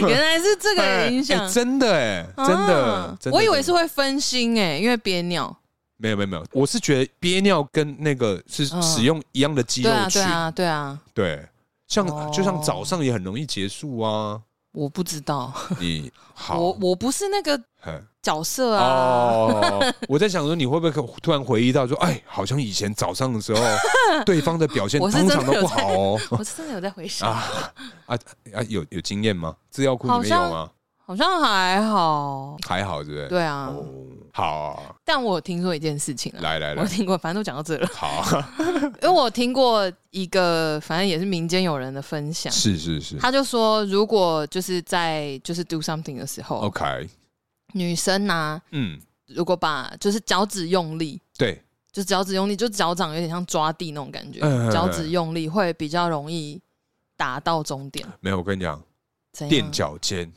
S3: 原来是这个影响、
S2: 哎真的哎，真的
S3: 啊，
S2: 真的
S3: 我以为
S2: 真的
S3: 是会分心哎、因为憋尿。
S2: 没有没有没有，我是觉得憋尿跟那个是
S3: 嗯
S2: 使用一样的肌肉
S3: 对啊，
S2: 群，
S3: 对啊，对啊，
S2: 对像、
S3: 哦
S2: 就像早上也很容易结束 啊。
S3: 我不知道，
S2: 你好，
S3: 我我不是那个
S2: 嗯
S3: 角色啊。
S2: 哦，我在想说你会不会突然回忆到说，哎，好像以前早上的 时候，对方的表现
S3: 我是
S2: 通
S3: 真的
S2: 常都不
S3: 有在
S2: 好哦。
S3: 我是真的有在回 想，
S2: 啊啊啊！有有经验吗？资料库里面有
S3: 好
S2: 吗？
S3: 好像还好。
S2: 还好，对不对？
S3: 对啊，
S2: 哦，好，
S3: 但我有听说一件事情啊，
S2: 来来
S3: 我
S2: 来，
S3: 听过，反正都讲到这了，
S2: 好，
S3: 因为我听过一个，反正也是民间有人的分享，
S2: 是是是
S3: 他就说，如果就是在就是 do something 的时候
S2: ，OK，
S3: 女生呐、
S2: 嗯，
S3: 如果把就是脚趾用力，
S2: 对，
S3: 就脚趾用力，就脚掌有点像抓地那种感觉
S2: 嗯嗯嗯，
S3: 脚趾用力会比较容易达到终点。
S2: 没有，我跟你讲，
S3: 怎
S2: 垫
S3: 样？
S2: 脚尖，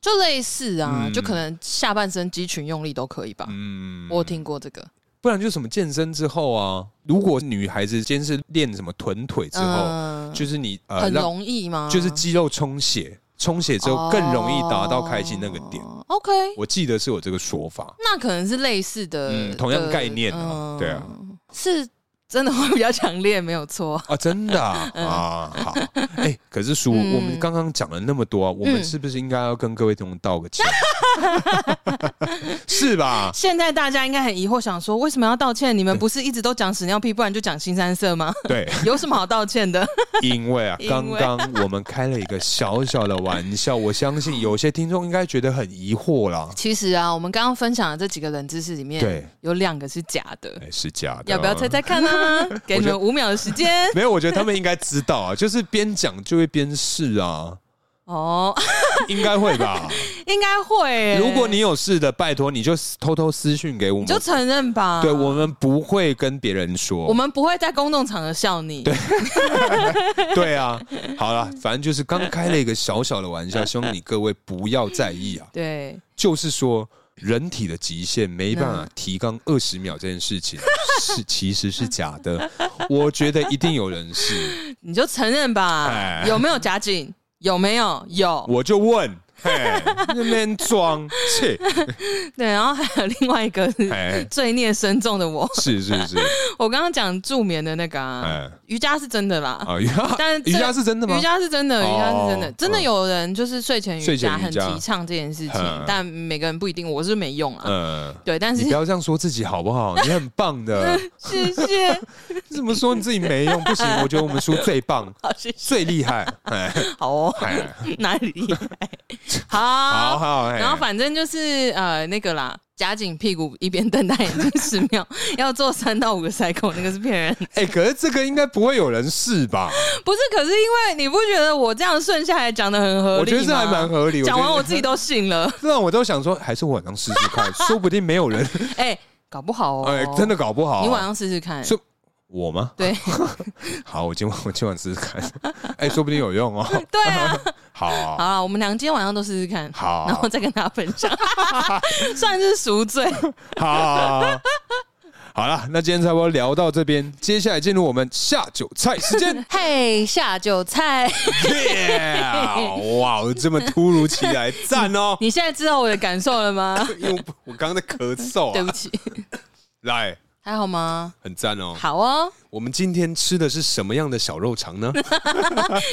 S3: 就类似啊，
S2: 嗯
S3: 就可能下半身肌群用力都可以吧。
S2: 嗯
S3: 啊我有听过这个
S2: 不然就什么健身之后啊，如果女孩子先是练什么臀腿之后，
S3: 嗯
S2: 就是你呃
S3: 很啊哦
S2: 让
S3: 容易吗？
S2: 就是肌肉充血，充血之后更容易达到开心那个点。
S3: 哦 OK，
S2: 我记得是有这个说法，
S3: 那可能是类似的，
S2: 嗯同样
S3: 的嗯
S2: 概念啊对啊，
S3: 是真的会比较强烈，没有错。
S2: 啊，真的 啊，啊好，哎、可是叔，
S3: 嗯
S2: 我们刚刚讲了那么多、啊，我们
S3: 嗯
S2: 是不是应该要跟各位听众道个 歉？是吧？
S3: 现在大家应该很疑惑，想说为什么要道歉？你们不是一直都讲屎尿屁，不然就讲新三色吗？
S2: 对，
S3: 有什么好道歉的？
S2: 因为啊，
S3: 因为
S2: 刚刚我们开了一个小小的玩笑，我相信有些听众应该觉得很疑惑啦。
S3: 其实啊，我们刚刚分享的这几个冷知识里面，
S2: 对，
S3: 有两个是假的，
S2: 哎、是假的、
S3: 要不要猜？猜看呢、吗？给你
S2: 我觉得
S3: 们五秒的时 间
S2: 没有，我觉得他们应该知道啊， 就是边讲就会边试啊，
S3: 哦，
S2: 应该会 吧？
S3: 应该会欸、
S2: 如果你有事的，拜托你就偷偷私讯给我们
S3: 你就，承认吧，
S2: 对我们不会跟别人说，
S3: 我们不会在公众场合笑你，对，
S2: 对啊，好了，反正就是刚开了一个小小的玩笑，希望你各位不要在意啊。就是说，人体的极限没办
S3: 嗯
S2: 法提纲二十秒这件事情 是其实是假的，我觉得一定有人是，
S3: 你就承认吧
S2: 哎，
S3: 有没有假警？有没有？有，
S2: 我就问。嘿，那边装，切，
S3: 对，然后还有另外一个是
S2: 哎，
S3: 罪孽深重的我，
S2: 是是是，
S3: 我刚刚讲助眠的那个啊
S2: 哎，
S3: 瑜伽是真的啦，
S2: 啊，瑜伽，
S3: 但是这
S2: 瑜伽是真的吗？
S3: 瑜伽是真的，
S2: 哦
S3: 瑜伽是真的，
S2: 嗯
S3: 真的有人就是睡前瑜
S2: 睡
S3: 伽
S2: 前
S3: 很
S2: 瑜伽
S3: 提倡这件事情
S2: 嗯，
S3: 但每个人不一定，我是没用啊。
S2: 嗯，
S3: 对，但
S2: 你
S3: 是
S2: 不要这样说自己好不好？你很棒 的，
S3: 谢谢，
S2: 你怎么说你自己没用？不行，我觉得我们叔最棒，
S3: 好谢谢，
S2: 最厉害，哎，
S3: 好哦，
S2: 哎
S3: 哪里？
S2: 好
S3: 好，
S2: 好，哎
S3: 然后反正就是呃那个啦，夹紧屁股一边瞪大眼睛十秒，要做三到五个 cycle，那个是骗人。
S2: 哎、可是这个应该不会有人试吧？
S3: 不是，可是因为你不觉得我这样顺下来讲的很合理吗？
S2: 我觉得这还蛮合理。
S3: 讲完我
S2: 我
S3: 自己都信了，
S2: 己，那我都想说，还是我晚上试试看，说不定没有人，
S3: 哎、搞不好哦，
S2: 哎、真的搞不好、
S3: 你晚上试试看。
S2: 是我吗？
S3: 对
S2: 好，我今晚我今晚试试看，哎、说不定有 用哦。
S3: 对啊，
S2: 好，
S3: 好啦，我们俩今天晚上都试试看，
S2: 好
S3: 然后再跟大家分享， 算是赎罪。。
S2: 好，好了，那今天差不多聊到这边，接下来进入我们下酒菜时间
S3: 嘿，下酒菜，
S2: Yeah！哇，这么突如其来，赞 哦！
S3: 你现在知道我的感受了 吗？
S2: 因为我我刚刚在咳嗽、
S3: 对不
S2: 啊，
S3: 起，
S2: 来，
S3: 还好吗？
S2: 很赞哦。
S3: 好哦，
S2: 我们今天吃的是什么样的小肉肠 呢？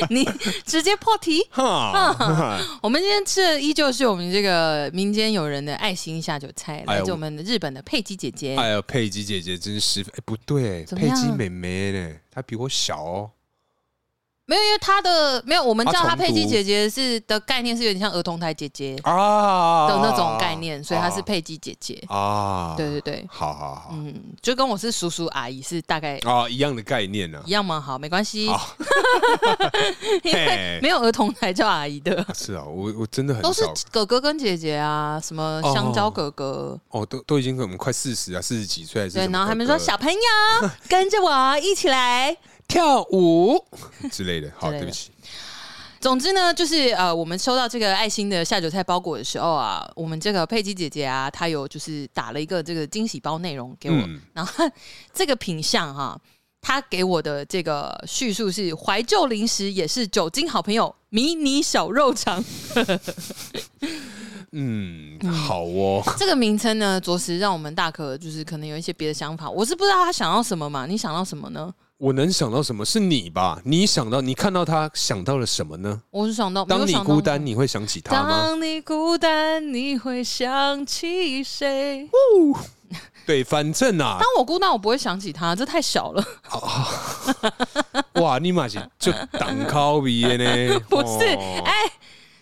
S3: 你直接破题。 嗯
S2: 哈，
S3: 哦
S2: 哈
S3: 我们今天吃的依旧是我们这个民间友人的爱心下酒菜，
S2: 哎
S3: 来
S2: 呦
S3: 自我们的日本的佩姬姐姐。
S2: 哎呀，佩姬姐姐真是，哎、不对，
S3: 怎么
S2: 佩
S3: 样
S2: 姬妹妹呢？她比我小哦。
S3: 没有，因为她的没有，我们知道
S2: 她
S3: 她
S2: 重
S3: 佩姬
S2: 读
S3: 姐姐是的概念是有点像儿童台姐姐的
S2: 啊
S3: 那种概念，所以她是佩姬姐姐。
S2: 啊，
S3: 对，对对，
S2: 好好好，
S3: 嗯，就跟我是叔叔阿姨是大概
S2: 啊，一样的概念呢、
S3: 一样吗？好，没关系，
S2: 好
S3: 因为
S2: 嘿
S3: 没有儿童台叫阿姨的，
S2: 啊。是啊，我我真的很
S3: 都是
S2: 少
S3: 哥哥跟姐姐啊，什么香蕉哥哥，
S2: 哦，都都已经我们快四十啊，四十几岁还是
S3: 对
S2: 什，么
S3: 然后他们
S2: 哥
S3: 说
S2: 哥
S3: 小朋友啊跟着我一起来，
S2: 跳舞 之类的。好，
S3: 之类的
S2: 对不起，
S3: 总之呢，就是呃，我们收到这个爱心的下酒菜包裹的时候啊，我们这个佩姬姐姐啊，她有就是打了一个这个惊喜包内容给我，
S2: 嗯
S3: 然后她这个品相哈、她给我的这个叙述是怀旧零食也是酒精好朋友迷你小肉肠，
S2: 嗯，好哦，
S3: 这个名称呢，着实让我们大可就是可能有一些别的想法，我是不知道她想要什么嘛，你想到什么呢？
S2: 我能想到什么是你吧？你想到你看到他想到了什么呢？
S3: 我是想到，没有
S2: 当你
S3: 想到
S2: 孤单，你会想起他吗？
S3: 当你孤单，你会想起谁？
S2: 对，反正啊，
S3: 当我孤单，我不会想起他，这太小了。
S2: 哇，你嘛是就挡靠鼻的呢？
S3: 不是哎
S2: 哦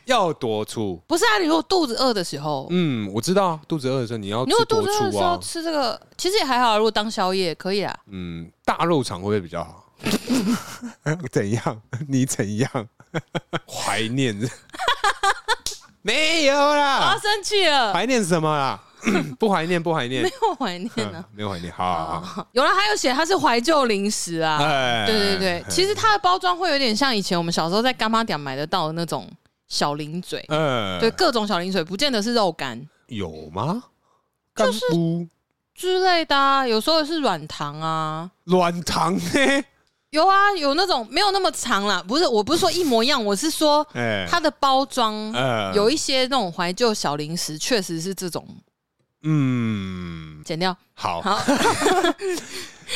S2: 要多粗？
S3: 不是啊，你如果肚子饿的时候，
S2: 嗯，我知道啊，肚子饿的时候你要吃
S3: 你如果肚
S2: 多
S3: 子饿的
S2: 粗
S3: 时候
S2: 啊？
S3: 吃这个，其实也还好啊，如果当宵夜可以啊。
S2: 嗯，大肉肠会不会比较好？ 怎样？ 你怎样？怀念？ 没有
S3: 不要
S2: 啦，
S3: 啊生气 了，
S2: 怀念什么啦？ 不怀念，不怀念
S3: 没，有怀念
S2: 嗯
S3: 啊。
S2: 没有怀念，好好好，
S3: 有人还有写它是怀旧零食啊，
S2: 哎
S3: 对对对，其实它的包装会有点像以前我们小时候在干妈店买得到的那种小零嘴，
S2: 呃
S3: 对，各种小零嘴，不见得是肉干
S2: 有吗？就是
S3: 之类的啊，有时候是软糖啊。
S2: 软糖呢？
S3: 有啊，有那种没有那么长啦，不是，我不是说一模一样，我是说
S2: 哎
S3: 它的包装
S2: 呃
S3: 有一些那种怀旧小零食，确实是这种
S2: 嗯，
S3: 剪掉。
S2: 好，
S3: 好，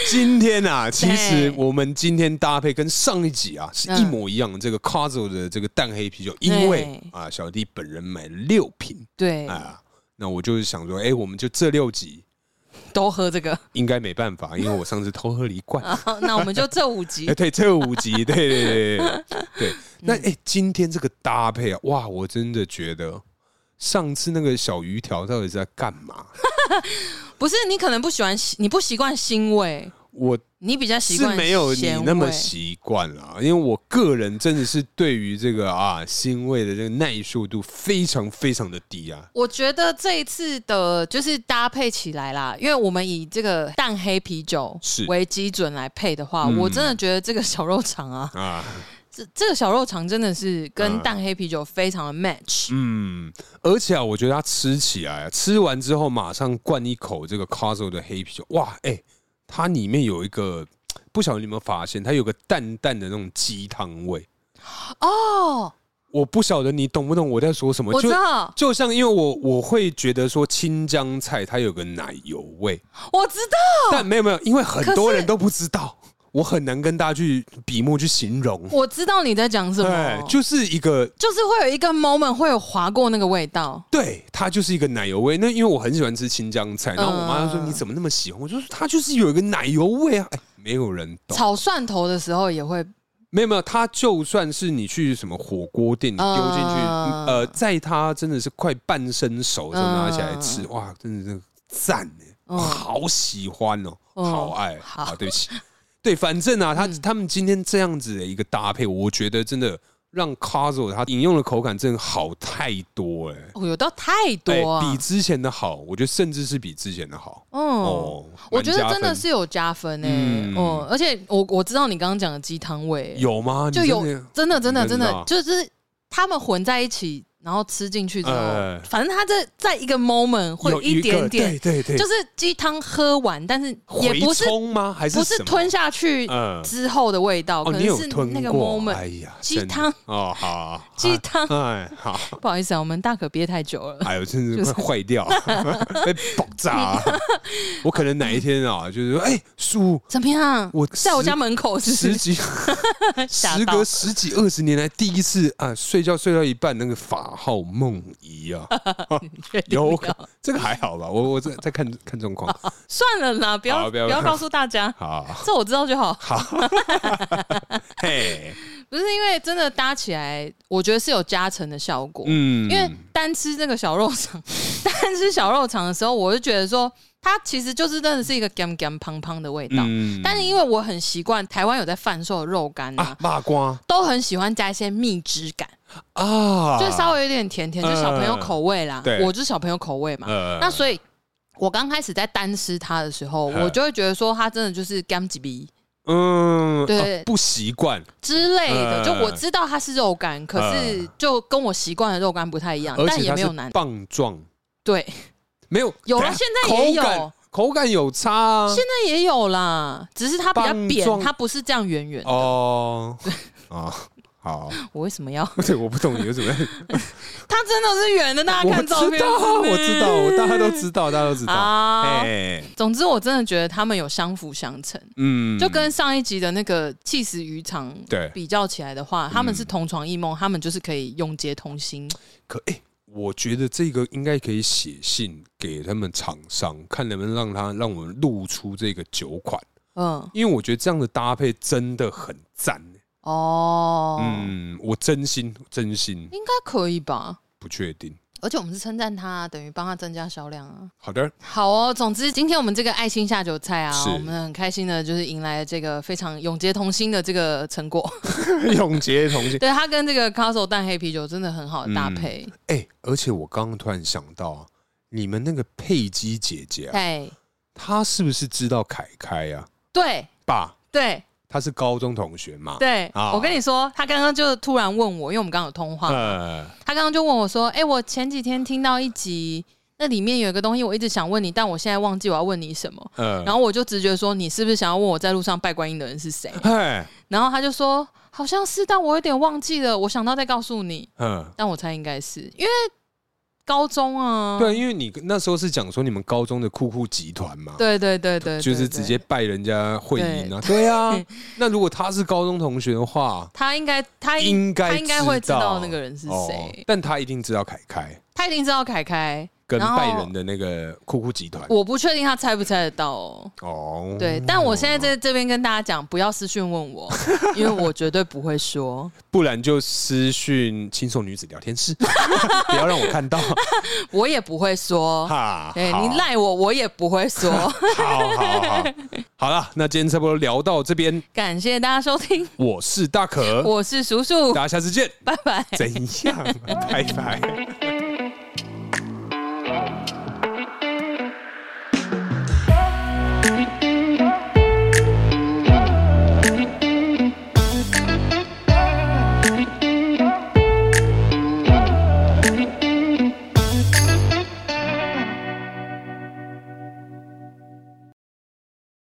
S2: 今天啊，其实
S3: 对
S2: 我们今天搭配跟上一集啊是一模一样，这个 c a s o 的这个淡黑啤酒，因为
S3: 对
S2: 啊小弟本人买了六瓶
S3: 对，
S2: 啊，那我就是想说，哎，我们就这六集
S3: 都喝这个。
S2: 应该没办法，因为我上次偷喝了一罐。
S3: 好，那我们 就这五集
S2: 哎，。对，这五集，对对对对对。那哎，今天这个搭配啊，哇，我真的觉得上次那个小鱼条到底是在干嘛？
S3: 不是你可能不喜欢，你不习惯腥味，
S2: 我
S3: 你比较习
S2: 是
S3: 惯
S2: 没有你
S3: 咸
S2: 那么
S3: 味
S2: 习惯啦，因为我个人真的是对于这个啊腥味的这个耐受度非常非常的低啊。
S3: 我觉得这一次的就是搭配起来啦，因为我们以这个淡黑啤酒
S2: 是
S3: 为基准来配的话，
S2: 嗯
S3: 我真的觉得这个小肉肠啊，
S2: 啊，
S3: 这这个小肉肠真的是跟
S2: 嗯
S3: 淡黑啤酒非常的 match。
S2: 嗯，而且啊，我觉得它吃起来、啊，吃完之后马上灌一口这个 c a s o 的黑啤酒，哇，哎、它里面有一个，不晓得你有没有发现，它有个淡淡的那种鸡汤味。
S3: 哦，
S2: 我不晓得你懂不懂我在说什么，
S3: 我知
S2: 就
S3: 道，
S2: 就像因为我我会觉得说青江菜它有个奶油味，
S3: 我知道，
S2: 但没有没有，因为很
S3: 可是
S2: 多人都不知道，我很难跟大家去笔墨去形容。
S3: 我知道你在讲什么，
S2: 就
S3: 就
S2: 是一个
S3: 就是会有一个 moment 会有划过那个味道。
S2: 对，它就是一个奶油味。那因为我很喜欢吃青江菜，然后我妈说
S3: 嗯
S2: 你怎么那么喜欢？我就说它就是有一个奶油味啊，哎，没有人懂。
S3: 炒蒜头的时候也会，
S2: 没有没有，它就算是你去什么火锅店，你丢进去，
S3: 嗯
S2: 呃，在它真的是快半生熟的时候拿起来吃，哇，真的是赞哎，
S3: 嗯
S2: 好喜欢哦，
S3: 嗯
S2: 好爱
S3: 好嗯
S2: 啊，对不起， 对，反正啊，他他们今天这样子的一个搭配，我觉得真的让 c a s o 他饮用的口感真的好太多哎，
S3: 哦，有到太多
S2: 哎
S3: 啊
S2: 比，之前的好，我觉得甚至是比之前的好
S3: 嗯。
S2: 哦，
S3: 我觉得
S2: 蛮加
S3: 真的
S2: 分
S3: 是有加分诶、
S2: 嗯
S3: 哦，而且我我知道你刚刚讲的鸡汤味、
S2: 有吗？
S3: 就
S2: 你
S3: 有
S2: 真的
S3: 真
S2: 你真
S3: 的真的真
S2: 的
S3: 的
S2: 啊
S3: 就是他们混在一起，然后吃进去之后，
S2: 哎
S3: 反正他这在一个 moment 会
S2: 有
S3: 有一点
S2: 个
S3: 点，
S2: 对对对，
S3: 就是鸡汤喝完，但是也
S2: 回
S3: 不是
S2: 冲吗？还是
S3: 不是
S2: 什么
S3: 吞下去
S2: 嗯
S3: 之后的味道，
S2: 哦，
S3: 可
S2: 你
S3: 能
S2: 有
S3: 是
S2: 吞
S3: 那个
S2: 过？
S3: moment。
S2: 哎呀，
S3: 鸡
S2: 真的
S3: 汤
S2: 哦，好好，好
S3: 鸡汤
S2: 哎，好，
S3: 不好意思啊，我们大可憋太久了。
S2: 哎呦，真是快坏 掉，被爆炸啊。我可能哪一天啊，就是说，哎， 叔，
S3: 怎么样？
S2: 我
S3: 在我
S2: 十
S3: 家门口是
S2: 十
S3: 不是
S2: 几
S3: 吓
S2: 时
S3: 到
S2: 隔十几二十年来第一次啊，睡觉睡到一半那个法号梦遗 啊，
S3: 确定
S2: 有
S3: 要
S2: 可 这个还好吧？我我再再看看状 况，
S3: 算了啦，不
S2: 好
S3: 要
S2: 不
S3: 不
S2: 要
S3: 要告诉大家，
S2: 好，
S3: 这我知道就好。
S2: 嘿，
S3: 不是因为真的搭起来，我觉得是有加成的效果。
S2: 嗯，
S3: 因为单吃那个小肉肠， 单吃小肉肠的时候，我就觉得说，它其实就是真的是一个干干胖胖的味道。
S2: 嗯
S3: 但是因为我很习惯台湾有在贩售的肉干啊，
S2: 啊，麻瓜
S3: 都很喜欢加一些蜜汁感，
S2: 啊，嗯
S3: 就稍微有点甜甜，就小朋友口味啦。
S2: 对
S3: 我就是小朋友口味嘛。
S2: 呃
S3: 那所以，我刚开始在单吃它的时候，
S2: 呃
S3: 我就会觉得说，它真的就是干几鼻
S2: 嗯，
S3: 对
S2: 啊不习惯，
S3: 之类的。
S2: 呃
S3: 就我知道它是肉干，可是就跟我习惯的肉干不太一样
S2: 而，
S3: 啊但
S2: 且
S3: 也
S2: 它
S3: 没
S2: 是嗯
S3: 有难。
S2: 棒状，
S3: 对，
S2: 没有
S3: 有
S2: 等
S3: 了，
S2: 一下
S3: 现在也有
S2: 口。感口感有差啊
S3: 现，在也有啦，只是它比较
S2: 棒状
S3: 扁，它不是这样圆圆。
S2: 哦，啊，好，
S3: 我为什么要？
S2: 对，我不懂你为 什么要，
S3: 它真的是圆的，大家
S2: 我
S3: 看
S2: 知
S3: 照片。
S2: 道，我知道，我大家都知道，大家都知道，
S3: 啊。
S2: 哎，
S3: 总之，我真的觉得他们有相辅相成，
S2: 嗯，
S3: 就跟上一集的那个气死渔场
S2: 对，嗯
S3: 比较起来的话，他们是同床异梦，他们就是可以永结同心。
S2: 可哎。我觉得这个应该可以写信给他们厂商，看能不能让他让我们露出这个酒款，
S3: 嗯，
S2: 因为我觉得这样的搭配真的很赞。
S3: 哦，
S2: 嗯，我真心真心
S3: 应该可以吧？
S2: 不确定。
S3: 而且我们是称赞他，等于帮他增加销量啊。
S2: 好的，
S3: 好哦，总之今天我们这个爱心下酒菜啊
S2: 是，
S3: 我们很开心的，就是迎来了这个非常永结同心的这个成 果。
S2: 永杰同心。
S3: 对它跟这个 Castle 淡黑啤酒真的很好的搭配。
S2: 哎、而且我刚刚突然想到啊，你们那个佩姬姐姐、啊，
S3: 哎、
S2: 她是不是知道凯凯啊？
S3: 对
S2: 爸，
S3: 对
S2: 她是高中同学嘛？
S3: 对、
S2: 啊
S3: 我跟你说，他刚刚就突然问我，因为我们刚刚有通话，
S2: 呃，
S3: 他刚刚就问我说：“哎、我前几天听到一集，那里面有一个东西，我一直想问你，但我现在忘记我要问你什么。”
S2: 呃，
S3: 然后我就直觉说：“你是不是想要问我在路上拜观音的人是谁
S2: 哎，？”
S3: 然后他就说：“好像是，但我有点忘记了，我想到再告诉你。”
S2: 嗯、
S3: 但我猜应该是因为高中啊，
S2: 对，因为你那时候是讲说你们高中的酷酷集团嘛，
S3: 对对对对对，
S2: 就是
S3: 对
S2: 直接拜人家会阴啊，对啊。 那如果她是高中同学的话，
S3: 他应该他
S2: 应该哦
S3: 他应该会知道那个人是谁
S2: 哦但她一定知道凯凯。
S3: 他一定知道凯凯，
S2: 跟
S3: 然后
S2: 拜仁的那个酷酷集团。
S3: 我不确定他猜不猜得到哦。
S2: 哦，
S3: 对，但我现在在这边跟大家讲，不要私讯问我，因为我绝对不会说，
S2: 不然就私讯轻松女子聊天室， 不要让我看到。
S3: 我也不会说。
S2: 哈，
S3: 对
S2: 好
S3: 你赖我，我也不 会说。
S2: 好好好， 好了，那今天差不多聊到这边。
S3: 感谢大家收听，
S2: 我 是大可，
S3: 我是叔叔，
S2: 大家下次见。
S3: 拜拜。
S2: 怎样？拜拜。